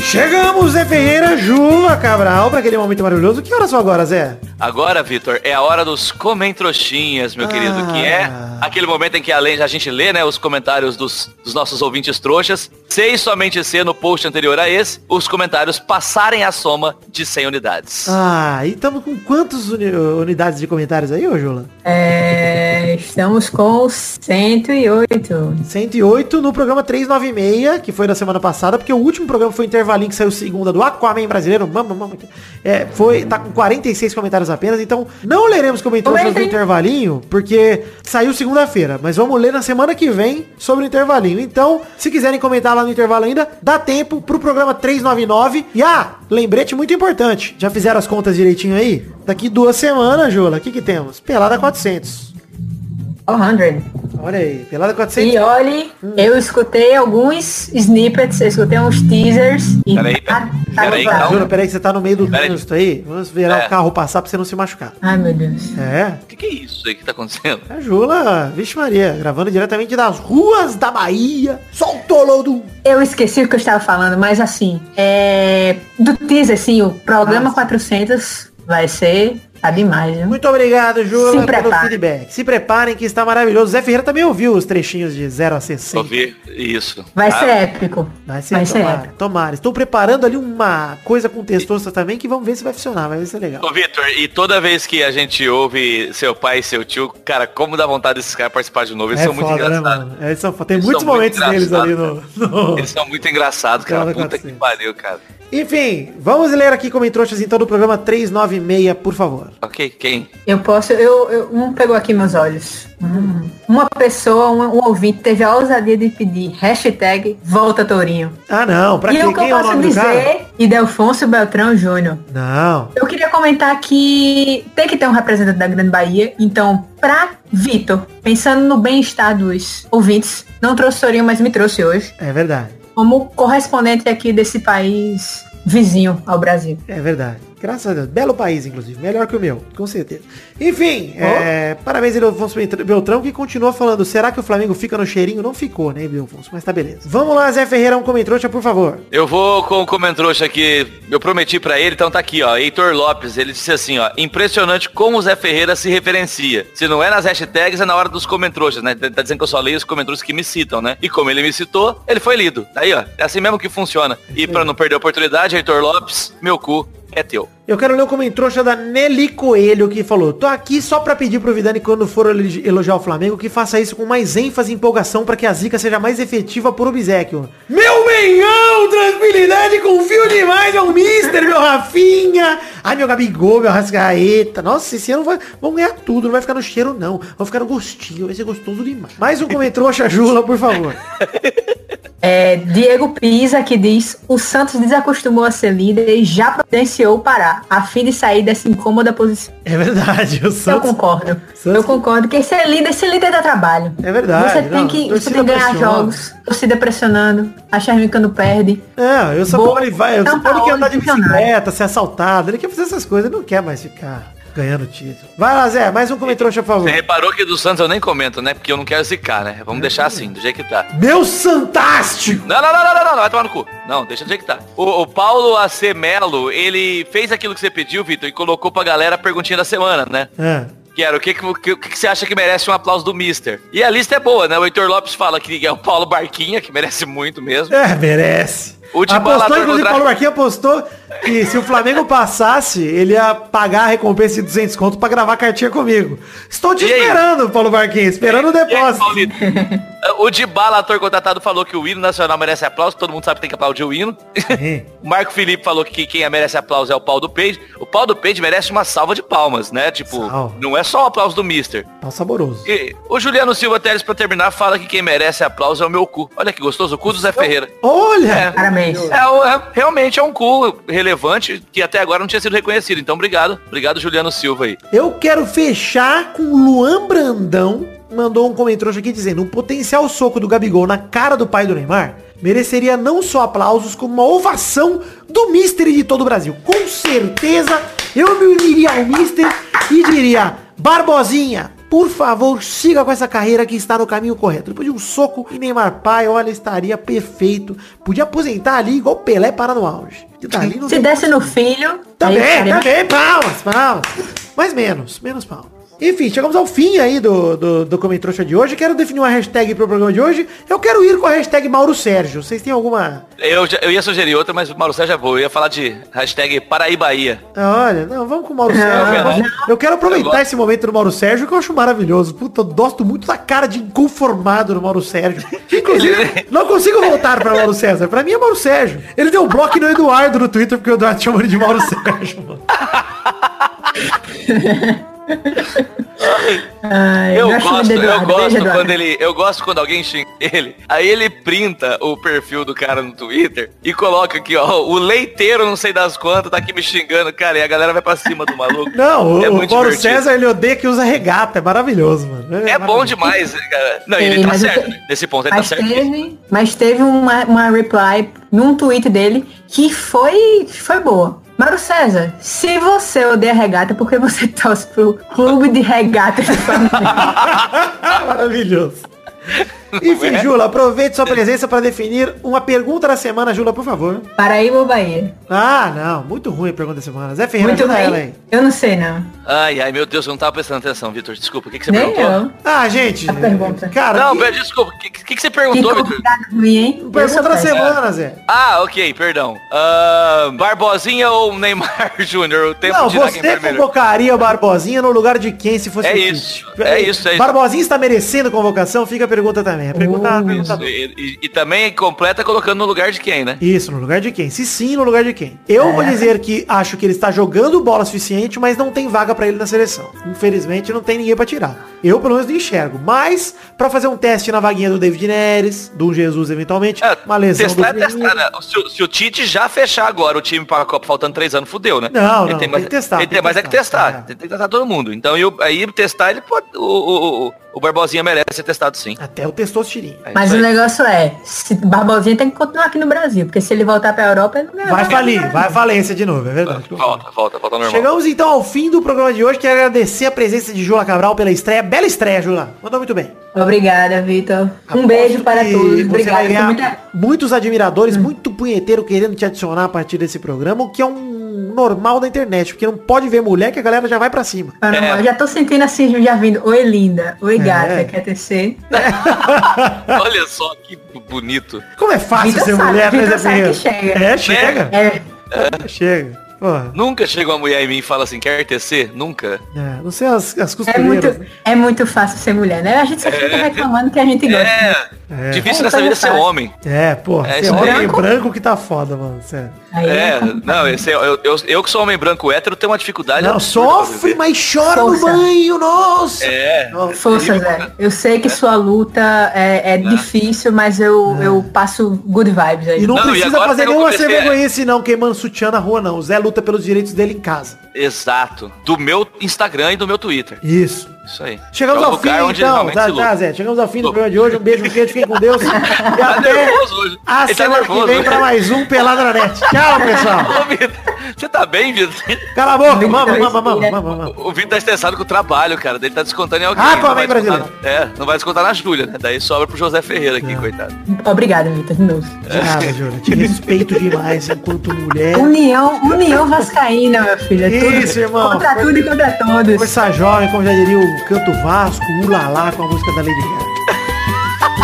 Chegamos, Zé Ferreira, Jula Cabral, pra aquele momento maravilhoso. Que horas são agora, Zé? Agora, Vitor, é a hora dos comentroxinhas, meu querido, que é Ah. aquele momento em que além de a gente ler, né, os comentários dos, dos nossos ouvintes trouxas, sem somente ser no post anterior a esse, os comentários passarem a soma de 100 unidades. Ah, e estamos com quantas uni- unidades de comentários aí, ô Jula? É, estamos com 108. 108 no programa 396, que foi da semana passada, porque o último programa foi o intervalinho que saiu segunda do Aquaman brasileiro. Mama, mama, é, foi, tá com 46 comentários apenas, então não leremos comentários do Comentem. intervalinho, porque saiu segunda-feira, mas vamos ler na semana que vem sobre o intervalinho. Então, se quiserem comentar lá no intervalo ainda, dá tempo pro programa 399. E ah, lembrete muito importante, já fizeram as contas direitinho aí? Daqui duas semanas, Jula, o que que temos? Pelada 400. 100. Olha aí, Pelada 400. E olhe, Hum. eu escutei alguns snippets, eu escutei uns teasers. E tá, Peraí, pera- peraí, gravado. calma. Jura, peraí que você tá no meio do Peraí. trânsito aí. Vamos virar É. o carro passar pra você não se machucar. Ai, meu Deus. É. O que, que é isso aí que tá acontecendo? A Jula, vixe Maria, gravando diretamente das ruas da Bahia. Soltou, Lodo! Eu esqueci o que eu estava falando, mas assim, é... do teaser, assim, o programa 400 vai ser, tá demais, viu? Muito obrigado, Jula, Se pelo prepare. feedback. Se preparem que está maravilhoso. Zé Ferreira também ouviu os trechinhos de 0 a 60. Ouvir isso. Vai Ah, ser épico. Vai ser, Vai ser tomara, épico. tomara. Estou preparando ali uma coisa com textosta também que vamos ver se vai funcionar, vai ver se é legal. Ô Vitor, e toda vez que a gente ouve seu pai e seu tio, cara, como dá vontade desses caras participar de novo? Eles é são muito foda, né, engraçados. mano? É, são, foda. tem Eles muitos são muito momentos deles ali no... no- Eles são muito engraçados, cara. Cara, Puta que 400. pariu, cara. Enfim, vamos ler aqui como trouxas então do programa 396, por favor. Ok, quem? Eu posso, eu, eu- um pegou aqui meus olhos. Hum. Uma pessoa, um, um ouvinte, teve a ousadia de pedir hashtag volta Tourinho. Ah, não, pra e quê? é o que Quem eu é o posso nome do cara? dizer, e Delfonso Beltrão Júnior. Não. Eu queria comentar que tem que ter um representante da Grande Bahia, então, pra Vitor, pensando no bem-estar dos ouvintes, não trouxe Torinho, mas me trouxe hoje, É verdade. como correspondente aqui desse país vizinho ao Brasil. É verdade. Graças a Deus. Belo país, inclusive. Melhor que o meu, com certeza. Enfim, é, parabéns ao Alfonso Beltrão, que continua falando. Será que o Flamengo fica no cheirinho? Não ficou, né, Alfonso? Mas tá beleza. Vamos lá, Zé Ferreira, um comentrouxa, por favor. Eu vou com o comentrouxa aqui, eu prometi pra ele, então tá aqui, ó. Heitor Lopes, ele disse assim, ó. Impressionante como o Zé Ferreira se referencia. Se não é nas hashtags, é na hora dos comentrouxas, né? Tá dizendo que eu só leio os comentrouxas que me citam, né? E como ele me citou, ele foi lido. Aí, ó. É assim mesmo que funciona. E pra não perder a oportunidade, Heitor Lopes, meu cu é teu. Eu quero ler o como trouxa da Nelly Coelho, que falou, tô aqui só pra pedir pro Vidani, quando for elogi- elogiar o Flamengo, que faça isso com mais ênfase e empolgação pra que a zica seja mais efetiva por obsequio. Meu Mengão, tranquilidade, confio demais, meu Mister, meu Rafinha. Ai, meu Gabigol, meu Rascaeta. Nossa, esse ano vai, vão ganhar tudo, não vai ficar no cheiro, não. Vão ficar no gostinho, vai ser gostoso demais. Mais um comentário, Jula, por favor. É, Diego Pisa que diz, o Santos desacostumou a ser líder e já potenciou o Pará, a fim de sair dessa incômoda posição. É verdade, o Eu Santos... concordo. Santos- Eu concordo. Porque ser líder, ser líder dá trabalho. É verdade, Você tem não, que, você torcida tem que ganhar pressiona. jogos, torcida pressionando, a Charmin quando perde. É, eu São Boa. Paulo ele vai, o São São Paulo quer Paulo andar de visionário. bicicleta, ser assaltado, ele quer fazer essas coisas, ele não quer mais ficar ganhando título. Vai lá, Zé, mais um comentário, por favor. Você reparou que do Santos eu nem comento, né? Porque eu não quero zicar, né? Vamos deixar assim, do jeito que tá. Meu Santástico! Não, não, não, não, não, não, vai tomar no cu. Não, deixa do jeito que tá. O, o Paulo AC Melo, ele fez aquilo que você pediu, Vitor, e colocou pra galera a perguntinha da semana, né? É. Que era o que, que, o que, o que você acha que merece um aplauso do Mister? E a lista é boa, né? O Heitor Lopes fala que é o Paulo Barquinha, que merece muito mesmo. É, merece. O de bola apostou, ator inclusive, contra- Paulo Marquinhos apostou que se o Flamengo passasse, ele ia pagar a recompensa de 200 conto pra gravar cartinha comigo. Estou te E aí? esperando, Paulo Marquinhos, esperando E o aí, depósito. Paulito? o de bala, ator contratado, falou que o hino nacional merece aplauso. Todo mundo sabe que tem que aplaudir o hino. Sim. O Marco Felipe falou que quem merece aplauso é o Paulo do Page. O Paulo do Page merece uma salva de palmas, né? Tipo, Salva. não é só o aplauso do Mister. Tá saboroso. E o Juliano Silva Teles, pra terminar, fala que quem merece aplauso é o meu cu. Olha que gostoso, o cu do Zé Ferreira. Olha! Parabéns. É, o- é- realmente é um cu relevante que até agora não tinha sido reconhecido. Então, obrigado. Obrigado, Juliano Silva aí. Eu quero fechar com o Luan Brandão. Mandou um comentário aqui dizendo: um potencial soco do Gabigol na cara do pai do Neymar mereceria não só aplausos, como uma ovação do Mister e de todo o Brasil. Com certeza, eu me uniria ao Mister e diria: Barbosinha, por favor, siga com essa carreira que está no caminho correto. Depois de um soco e Neymar pai, olha, estaria perfeito. Podia aposentar ali igual Pelé para no auge. Que dali não Se tem desse no filho, aí também, ficaria- também, tá palmas, palmas. Mas menos, menos palmas. Enfim, chegamos ao fim aí do, do, do Comem Trouxa de hoje. Quero definir uma hashtag pro programa de hoje. Eu quero ir com a hashtag Mauro Sérgio. Vocês têm alguma... Eu, já- eu ia sugerir outra, mas o Mauro Sérgio já vou. Eu ia falar de hashtag Paraíbaia. Ah, Olha, não, vamos com o Mauro é Sérgio. verdade. Eu quero Eu aproveitar gosto. esse momento do Mauro Sérgio, que eu acho maravilhoso. Puta, eu gosto muito da cara de inconformado do Mauro Sérgio. Inclusive, não consigo voltar pra Mauro César. Pra mim é Mauro Sérgio. Ele deu bloco no Eduardo no Twitter, porque o Eduardo chamou ele de Mauro Sérgio, mano. Ai, Eu gosto gosto, muito do eu Eduardo. Beijo, gosto Eduardo. quando ele. Eu gosto quando alguém xinga ele. Aí ele printa o perfil do cara no Twitter e coloca aqui, ó, o leiteiro não sei das quantas, tá aqui me xingando, cara. E a galera vai pra cima do maluco. Não, é o, muito o Mauro divertido. César, ele odeia que usa regata. É maravilhoso, mano. É bom maravilhoso. demais, né, cara. Não, Sim, ele tá mas eu certo. te- Nesse ponto ele tá Mas certo. teve, mas teve uma, uma reply num tweet dele que foi, foi boa. Mauro César, se você odeia regata, por que você torce pro clube de regata do Flamengo? Maravilhoso. Enfim, é? Jula, aproveite sua presença para definir uma pergunta da semana, Jula, por favor. Paraíba ou Bahia? Ah, não, muito ruim a pergunta da semana. Zé Ferreira, Muito ajuda ela bem. aí. Eu não sei, não. Ai, ai, meu Deus, eu não tava prestando atenção, Vitor. Desculpa, o que, que você Nem perguntou? eu. Ah, gente. A pergunta. Cara, Não, que pera, desculpa, o que, que, que você Que perguntou, Vitor? convidado ruim, hein? Eu pergunta sou da péssima. semana, Zé. Ah, ok, perdão. Ahn, Barbosinha ou Neymar Júnior? O tempo Não, de é dirá quem você primeiro. convocaria o Barbosinha no lugar de quem se fosse É o Tite? isso, é isso, é isso. Barbosinha está merecendo convocação? Fica a pergunta também. A pergunta, a pergunta Isso, E, e- e também completa colocando no lugar de quem, né? Isso, no lugar de quem? Se sim, no lugar de quem? Eu vou É. dizer que acho que ele está jogando bola suficiente, mas não tem vaga pra ele na seleção. Infelizmente, não tem ninguém pra tirar. Eu, pelo menos, não enxergo. Mas, pra fazer um teste na vaguinha do David Neres, do Jesus, eventualmente, É, uma lesão do testar é Firmino. testar, né? Se, o- se o Tite já fechar agora o time para a Copa faltando três anos, fudeu, né? Não, não, ele tem, tem mais, que testar, Ele tem tem, que mais é que testar, testar. é. Tem que testar todo mundo. Então, e o- aí testar, ele pode. O, o, o- o Barbosinha merece ser testado sim. Até o testosterone. É Mas isso o aí. negócio é, se Barbosinha tem que continuar aqui no Brasil, porque se ele voltar pra Europa, ele não Vai ficar no falir, Brasil. vai à falência de novo, é verdade. Volta, volta, volta ao normal. Chegamos então ao fim do programa de hoje. Quero agradecer a presença de Jula Cabral pela estreia. Bela estreia, Jula. Mandou muito bem. Obrigada, Vitor. Um Aposto beijo para que todos. você vai Obrigada. Foi ganhar muita- Hum. Muitos admiradores, muito punheteiro querendo te adicionar a partir desse programa, o que é um normal da internet, porque não pode ver mulher que a galera já vai pra cima. Para É. Eu já tô sentindo assim, já vindo. Oi, linda. Oi, É. gata. Quer tecer? Olha só que bonito. Como é fácil Vitor ser sabe, mulher, Vitor né, Zé sabe que Ferreira? chega. É, chega. É. Chega. Porra. Nunca chega uma mulher em mim e fala assim, quer tecer? Nunca. É, não sei as, as É costureiras. muito, é muito fácil ser mulher, né? A gente só fica reclamando que a gente gosta. né? É, difícil É, nessa então vida não ser faz. homem. É, porra. É, ser isso homem aí. branco que tá foda, mano. Sério. Aí É, é complicado. não, esse é- eu, eu, eu que sou homem branco hétero tenho uma dificuldade. Não, absurda pra viver. sofre, mas chora no Força. banho, nossa. É. Força, Zé. Eu sei que sua luta é, é difícil, mas eu, eu passo good vibes aí. É. E não, Não, e precisa agora fazer quando eu nenhuma comecei- vergonhice não, queimando sutiã na rua, não. O Zé luta pelos direitos dele em casa. Exato. Do meu Instagram e do meu Twitter. Isso. Isso aí. Chegamos É o ao fim, lugar onde então. realmente Tá, se luta. tá, Zé. Chegamos ao fim do Lu- programa de hoje. Um beijo, um queijo. Fiquem com Deus. E Tá até nervoso hoje. a Ele tá semana que nervoso. vem pra mais um Pelada na Net. Tchau, pessoal. Ô, Vitor, Você tá bem, Vitor? Cala a boca. Muito Mama, bem, mama, mama, filha. mama, mama. O Vitor tá estressado com o trabalho, cara. Ele tá descontando em alguém. Ah, Não pô, vai vem, descontar- É, não vai descontar na Júlia, né? Daí sobra pro José Ferreira É. aqui, coitado. Obrigada, Vitor, de novo. De nada, Júlia. Te respeito demais enquanto É. mulher. União, união vascaína, meu filho. É tudo- Isso, irmão. Contra tudo e contra todos. Força jovem, como já diria o Canto Vasco, o Ulalá com a música da Lady Gaga.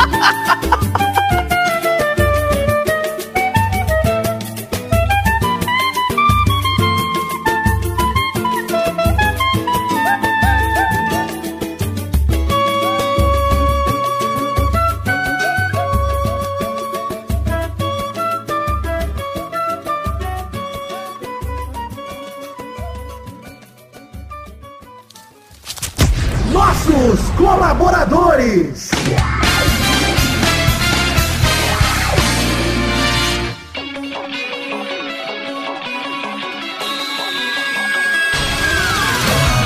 Nossos colaboradores.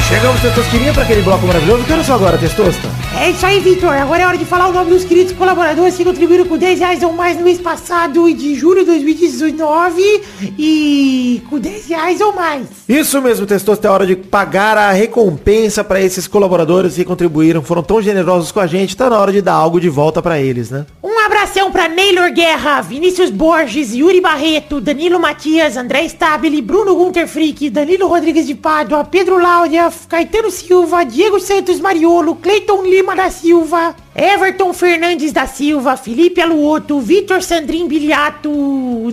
Chegamos, Testosterinha, para aquele bloco maravilhoso. Que hora só agora, Testosta? É isso aí, Vitor. Agora é hora de falar o nome dos queridos colaboradores que contribuíram com 10 reais ou mais no mês passado e de julho de 2019 e com 10 reais ou mais. Isso mesmo, Testosta, é hora de pagar a recompensa para esses colaboradores que contribuíram, foram tão generosos com a gente, tá na hora de dar algo de volta para eles, né? Um abração pra Neylor Guerra, Vinícius Borges, Yuri Barreto, Danilo Matias, André Stabile, Bruno Gunter Frick, Danilo Rodrigues de Pádua, Pedro Láudia, Caetano Silva, Diego Santos Mariolo, Cleiton Lima da Silva, Everton Fernandes da Silva, Felipe Aluoto, Vitor Sandrin Biliato,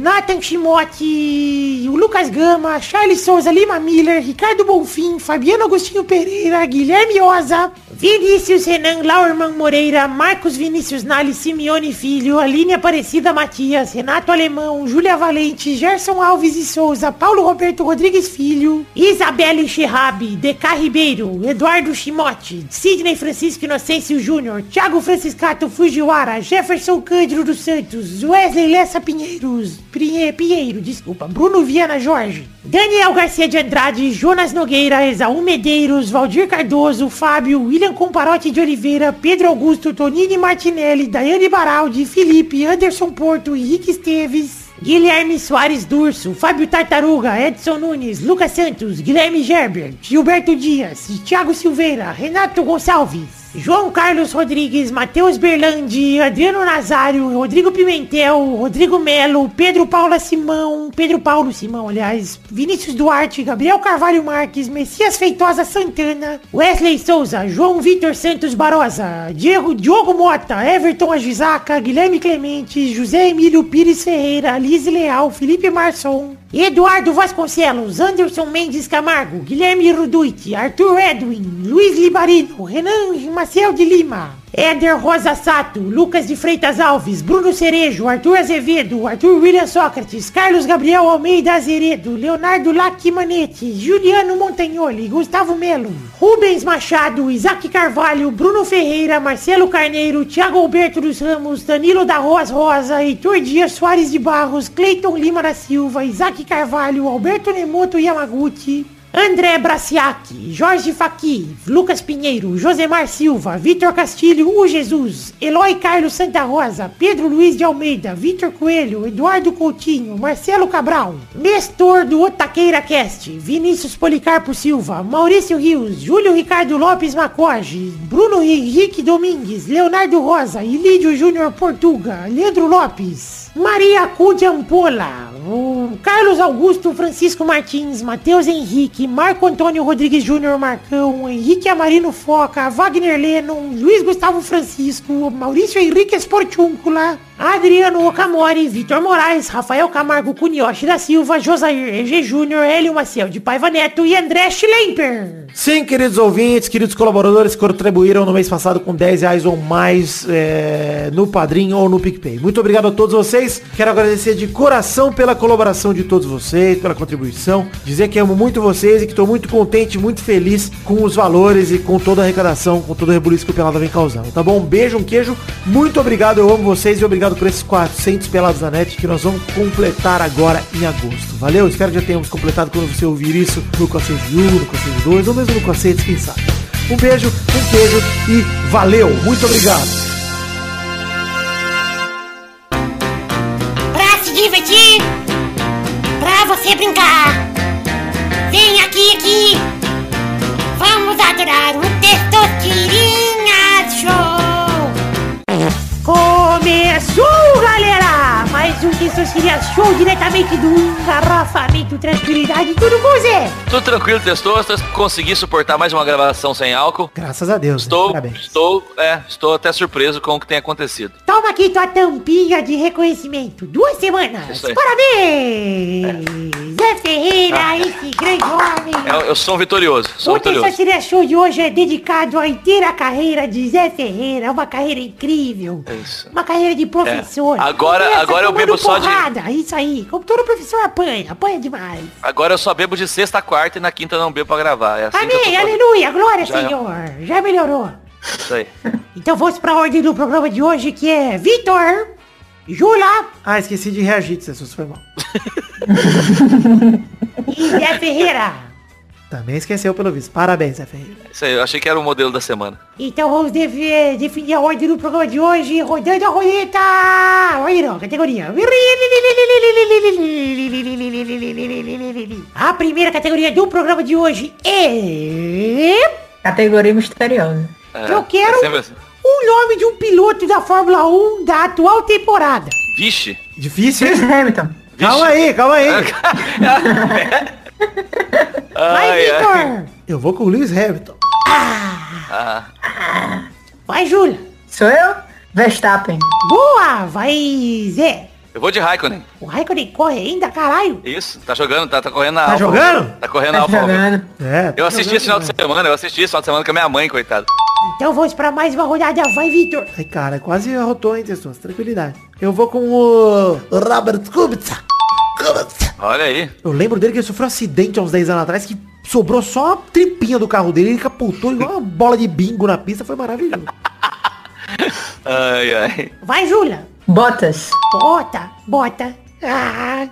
Nathan Shimote, o Lucas Gama, Charles Souza, Lima Miller, Ricardo Bonfim, Fabiano Agostinho Pereira, Guilherme Oza, Vinícius Renan Laurman Moreira, Marcos Vinícius Nali, Simeone Filho, Aline Aparecida Matias, Renato Alemão, Júlia Valente, Gerson Alves e Souza, Paulo Roberto Rodrigues Filho, Isabelle Xerrabi, Deca Ribeiro, Eduardo Chimote, Sidney Francisco Inocêncio Júnior, Thiago Franciscato Fujiwara, Jefferson Cândido dos Santos, Wesley Lessa Pinheiros, Pinhe- Pinheiro, desculpa, Bruno Viana Jorge, Daniel Garcia de Andrade, Jonas Nogueira, Exaú Medeiros, Valdir Cardoso, Fábio, William Comparote de Oliveira, Pedro Augusto, Tonini Martinelli, Daiane Baraldi, Felipe, Anderson Porto, Henrique Esteves, Guilherme Soares Durso, Fábio Tartaruga, Edson Nunes, Lucas Santos, Guilherme Gerber, Gilberto Dias, Thiago Silveira, Renato Gonçalves. João Carlos Rodrigues, Matheus Berlandi, Adriano Nazário, Rodrigo Pimentel, Rodrigo Melo, Pedro Paula Simão, Pedro Paulo Simão, aliás, Vinícius Duarte, Gabriel Carvalho Marques, Messias Feitosa Santana, Wesley Souza, João Vitor Santos Barosa, Diego Diogo Mota, Everton Ajizaca, Guilherme Clemente, José Emílio Pires Ferreira, Liz Leal, Felipe Marçom, Eduardo Vasconcelos, Anderson Mendes Camargo, Guilherme Ruduit, Arthur Edwin, Luiz Libarino, Renan Maciel de Lima, Éder Rosa Sato, Lucas de Freitas Alves, Bruno Cerejo, Arthur Azevedo, Arthur William Sócrates, Carlos Gabriel Almeida Azeredo, Leonardo Lacimanetti, Juliano Montagnoli, Gustavo Melo, Rubens Machado, Isaac Carvalho, Bruno Ferreira, Marcelo Carneiro, Thiago Alberto dos Ramos, Danilo da Roas Rosa, Heitor Dias Soares de Barros, Cleiton Lima da Silva, Isaac Carvalho, Alberto Nemoto Yamaguchi, André Braciac, Jorge Faqui, Lucas Pinheiro, Josemar Silva, Vitor Castilho, O Jesus, Eloy Carlos Santa Rosa, Pedro Luiz de Almeida, Vitor Coelho, Eduardo Coutinho, Marcelo Cabral, Nestor do Otaqueira Cast, Vinícius Policarpo Silva, Maurício Rios, Júlio Ricardo Lopes Macoge, Bruno Henrique Domingues, Leonardo Rosa, Ilídio Júnior Portuga, Leandro Lopes, Maria Cunha Ampola, o Carlos Augusto, Francisco Martins, Matheus Henrique, Marco Antônio Rodrigues Júnior Marcão, Henrique Amarino Foca, Wagner Lennon, Luiz Gustavo Francisco, Maurício Henrique Esportúncula, Adriano Okamori, Vitor Moraes, Rafael Camargo Cunioche da Silva, Josair EG Júnior, Hélio Maciel de Paiva Neto e André Schlemper. Sim, queridos ouvintes, queridos colaboradores que contribuíram no mês passado com 10 reais ou mais é, no Padrim ou no PicPay. Muito obrigado a todos vocês. Quero agradecer de coração pela colaboração de todos vocês, pela contribuição. Dizer que amo muito vocês e que estou muito contente, muito feliz com os valores e com toda a arrecadação, Então, com todo o rebuliço que o Pelada vem causando. Tá bom? Um beijo, um queijo. Muito obrigado, eu amo vocês e obrigado por esses 400 Pelados da Net que nós vamos completar agora em agosto. Valeu? Espero que já tenhamos completado quando você ouvir isso no 401, no 402 ou mesmo no 400, quem sabe. Um beijo, um queijo e valeu! Muito obrigado! pra se divertir, pra você brincar. Vem aqui, aqui, vamos adorar o Testosterinha Show. Começou, galera! Mais um que seus queria show diretamente do engarrafamento, tranquilidade, tudo com você! Tudo tranquilo, testostas. Consegui suportar mais uma gravação sem álcool. Graças a Deus. né? Estou, Parabéns. estou, é, estou até surpreso com o que tem acontecido. Toma aqui tua tampinha de reconhecimento. Duas semanas. Isso aí. Parabéns! Zé Ferreira, esse grande homem. Eu, eu sou um vitorioso, Ah. sou um O Terça vitorioso. Seria Show de hoje é dedicado à inteira carreira de Zé Ferreira. Uma carreira incrível. É isso. Uma carreira de professor. É. Agora- Criança agora eu tomando bebo só de- porrada. Isso aí. Como todo professor apanha. Apanha demais. Agora eu só bebo de sexta a quarta e na quinta eu não bebo pra gravar. É assim que eu Amém. tô fazendo Tá Aleluia. Glória, Já- é. Senhor. Já melhorou. isso aí. Então vamos para a ordem do programa de hoje que é Vitor, Jula Ah, esqueci de reagir, Jesus, foi mal. e Zé Ferreira. Também esqueceu pelo visto. Parabéns, Zé Ferreira. Isso aí, eu achei que era o modelo da semana. Então vamos def- definir a ordem do programa de hoje, rodando a roleta! Aí não, categoria. A primeira categoria do programa de hoje é... Categoria misteriosa. É, Eu quero- é sempre assim. O nome de um piloto da Fórmula 1 da atual temporada. Vixe. Difícil, hein? Lewis Hamilton. Calma aí, calma aí. Vai, Ai, ai. Vitor! Eu vou com o Lewis Hamilton. Ah, Vai, Júlia! Sou eu? Verstappen. Boa! Vai, Zé! eu vou de Raikkonen. O Raikkonen corre ainda, caralho! Isso, tá jogando, tá, tá correndo na Tá Alfa jogando? Romeo. Tá correndo na Tá Alfa Romeo. jogando. É. Eu assisti esse final de semana, eu assisti esse final de semana com a minha mãe, coitado. Então vamos para mais uma rodada. Vai, Vitor! Ai, cara, quase arrotou, hein, pessoas. Tranquilidade. Eu vou com o... Robert Kubica. Kubica. Olha aí. Eu lembro dele que ele sofreu um acidente há uns 10 anos atrás que sobrou só a tripinha do carro dele. Ele capotou igual uma bola de bingo na pista. Foi maravilhoso. Ai, ai. Vai, Júlia! Bottas. Bota, bota. Ah,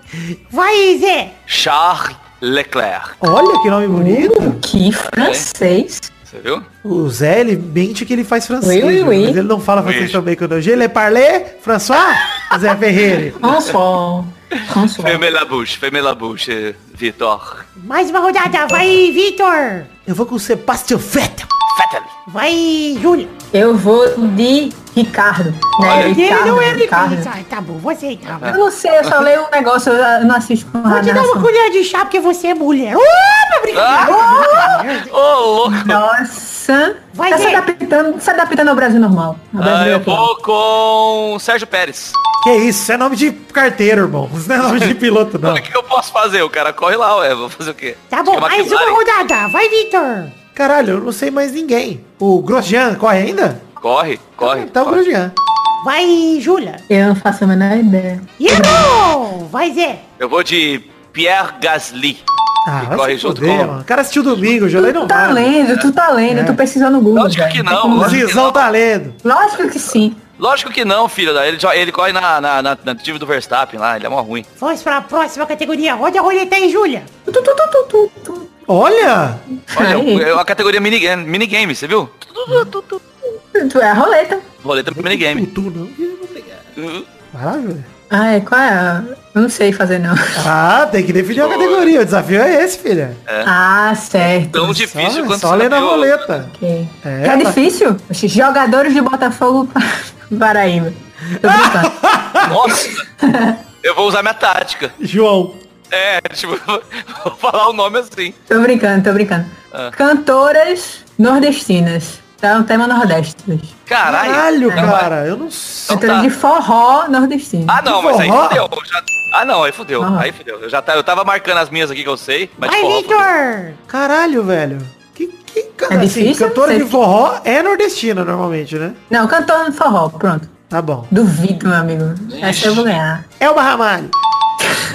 vai, Zé. Charles Leclerc. Olha que nome bonito. Que francês. Você viu? O Zé, ele mente que ele faz francês. Oui, oui, né? oui. Mas ele não fala francês Oui. também quando eu Je le parle, François, Zé Ferreira. François. François. Fermez la bouche, fermez la bouche, eh, Vitor. Mais uma rodada. Vai, Vitor. Eu vou com o Sebastian Vettel. Vettel. Vai, Júlia. Eu vou de Ricardo. Olha, Né? Ele não é Ricardo. difícil. Ah, Tá bom, você então. Eu não sei, Ah. eu só leio um negócio, eu não assisto com Vou te dar uma narração. colher de chá porque você é mulher. Opa, Ah! brincadeira. Ô, louco. Nossa. Vai tá se ver. adaptando, se adaptando ao Brasil normal. Ao Ah, Brasil eu atual. vou com Sérgio Pérez. Que isso, isso é nome de carteiro, irmão. Isso não é nome de piloto, não. O que eu posso fazer? O cara corre lá, ué. Vou fazer o quê? Tá bom, Acho que é mais uma McLaren. rodada. Vai, Vitor. Caralho, eu não sei mais ninguém. O Grosjean corre ainda? Corre, corre. Então o corre. Grosjean. Vai, Júlia. Eu não faço a menor ideia. Errou. Vai, Zé. Eu vou de Pierre Gasly. Ah, E vai corre se junto fuder, com- mano. O cara assistiu domingo, já lei não Tu tá vale. É. lendo, tu tá lendo, tu pesquisou no Google. Lógico que velho. não. O Lógico que Zizão não, tá lendo. Lógico que sim. lógico que não filho. Ele, jo- ele corre na, na, na, na time do Verstappen lá. Ele é mó ruim. Vamos para a próxima categoria. Roda a roleta aí, Júlia. Tu, tu, tu, tu, tu, tu. Olha! Olha, Aí. eu- eu- a categoria minigame, minigame, você viu? Tu é a roleta. Roleta pro minigame. Tu não, que eu vou brigar. Vai lá, Júlia. Ai, qual é? a- Eu não sei fazer não. Ah, tem que definir a categoria. O desafio é esse, filha. Ah, certo. Tão difícil só, é quanto só você ler na viu. roleta. Ok. É, Tá tá- difícil? Oxi, Jogadores de Botafogo para- Paraíba. Tô brincando. Nossa! eu vou usar minha tática. João. É, tipo, vou falar o nome assim. Tô brincando, tô brincando. Ah. Cantoras nordestinas. Tá um tema nordeste hoje. Caralho. Caralho, Não, mas- cara, eu não sei. Então Então, tá. de forró nordestino. Ah, não, mas aí Forró? fudeu. já- Ah, não, aí fudeu. Ah. Aí fudeu. Eu, já tá, eu tava marcando as minhas aqui que eu sei, mas Vai, forró, fudeu. Victor! Caralho, velho. Que, que cara, É assim, difícil? cantora de Você- forró é nordestina normalmente, né? Não, cantor de forró, pronto. Tá bom. Duvido, meu amigo. Essa eu vou ganhar. É o Ramalho.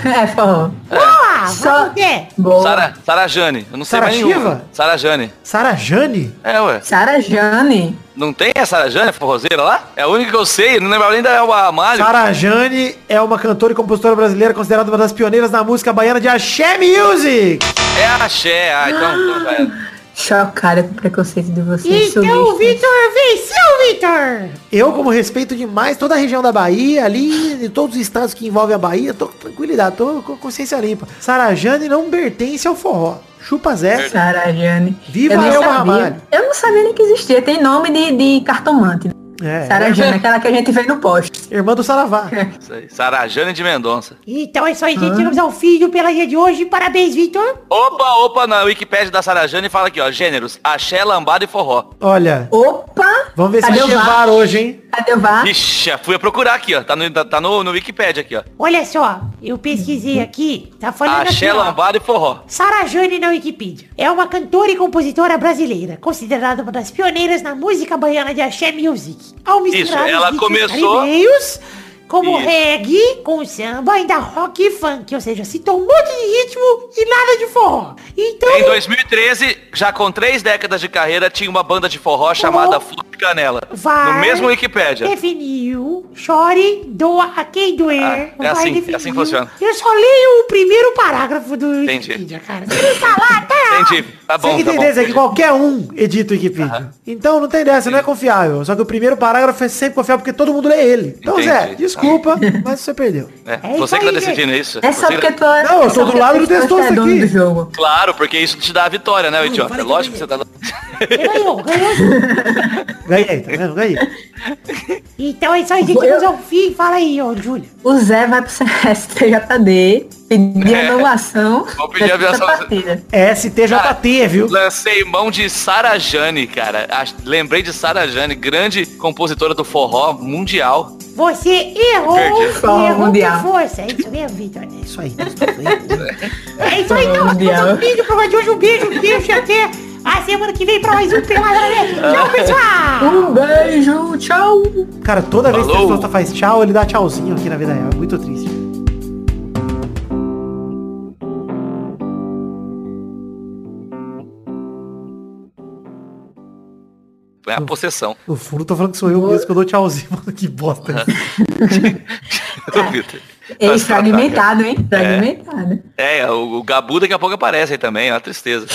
É forró. Ah, Boa! Só- Ah, Vamos ver! Boa. Sara, Sara Jane. Eu não sei Sara mais nenhuma. Shiva? Sara Jane. Sara Jane? É, ué. Sara Jane. Não tem a Sara Jane, a forrozeira lá? É a única que eu sei. eu Não lembro nem da Elba Ramalho. Sara Jane é uma cantora e compositora brasileira considerada uma das pioneiras da música baiana de axé music. É a Xé. Ah, então, então já era. Chocada com o preconceito de vocês. Então o sulistas. Victor venceu, Victor! Eu, como respeito demais toda a região da Bahia, ali, e todos os estados que envolvem a Bahia, tô com tranquilidade, tô com a consciência limpa. Sara Jane não pertence ao forró. Chupa Zé. Sara Jane. Viva eu, Elba não Ramalho. sabia, eu não sabia nem que existia. Tem nome de, de cartomante. né? É, Sara Jane, aquela que a gente vê no poste. irmã do Saravá. É. Isso aí. Sara Jane de Mendonça. Então é isso aí, gente. Chegamos ao fim do Peladinha de hoje. Parabéns, Victor! Opa, opa, na Wikipédia da Sara Jane fala aqui, ó. Gêneros, axé, lambada e forró. Olha, Opa! vamos ver se Cadê vai o VAR? chevar hoje, hein? Cadê o Ah. VAR? Ixi, fui a procurar aqui, ó. Tá no, tá- tá no, no Wikipédia aqui, ó. Olha só, eu pesquisei aqui, tá é falando Axé, assim, aqui, ó. lambada e forró. Sara Jane na Wikipedia. É uma cantora e compositora brasileira, considerada uma das pioneiras na música baiana de axé music. Ao misturar Isso, ela os ritmos começou- caribenhos como Isso. reggae, com samba, ainda rock e funk. Ou seja, citou um monte de ritmo e nada de forró. Então, Em 2013, já com três décadas de carreira, tinha uma banda de forró chamada Flor de Canela. vai... No mesmo Wikipédia. Definiu, chore, doa a quem doer. Ah, é vai assim, é definir. assim que funciona. Eu só leio o primeiro parágrafo do Entendi. Wikipedia, cara. Se ele falar, tá Entendi. Tá Você tem bom, que tá entender, isso aqui bom. qualquer um edita o Wikipedia. Então não tem dessa, não é confiável. Só que o primeiro parágrafo é sempre confiável porque todo mundo lê ele. Então, Entendi. Tá. Zé, desculpa, mas você perdeu. É, É você isso que tá aí, decidindo isso? É só Você que- tá porque tu é. Não, eu sou só do porque lado tu do é texto dono aqui. do jogo. Claro, porque isso te dá a vitória, né, idiota? Lógico que você tá... Ele ganhou, ganhou sim. Ganhei, tá vendo? Ganhei. Então é isso aí, gente. Eu- Vamos ao fim. Fala aí, ô, Júlio. O Zé vai pro STJD pedir É. anulação. Vou pedir dessa anulação. partida. É STJT, viu? Tá. Lancei mão de Sara Jane, cara. Ach- Lembrei de Sara Jane, grande compositora do forró mundial. Você errou. Perdi. e Fala, errou mundial. com força. É isso mesmo, Vitor. Isso aí. É isso aí, então. Vamos fazer um vídeo pra de hoje. Um beijo, beijo e até a semana que vem pra mais um Pelada. Ah. Tchau, pessoal. Um beijo, tchau. Cara, toda vez que o Falou. Testosta faz tchau, ele dá tchauzinho aqui na vida real. É muito triste. É a possessão. No fundo, eu tô tá falando que sou eu mesmo que eu dou tchauzinho. Mano, que bosta. Vitor. Ei, Nossa, fragmentado, hein? Fragmentado. É, o, o Gabu daqui a pouco aparece aí também, é uma é tristeza.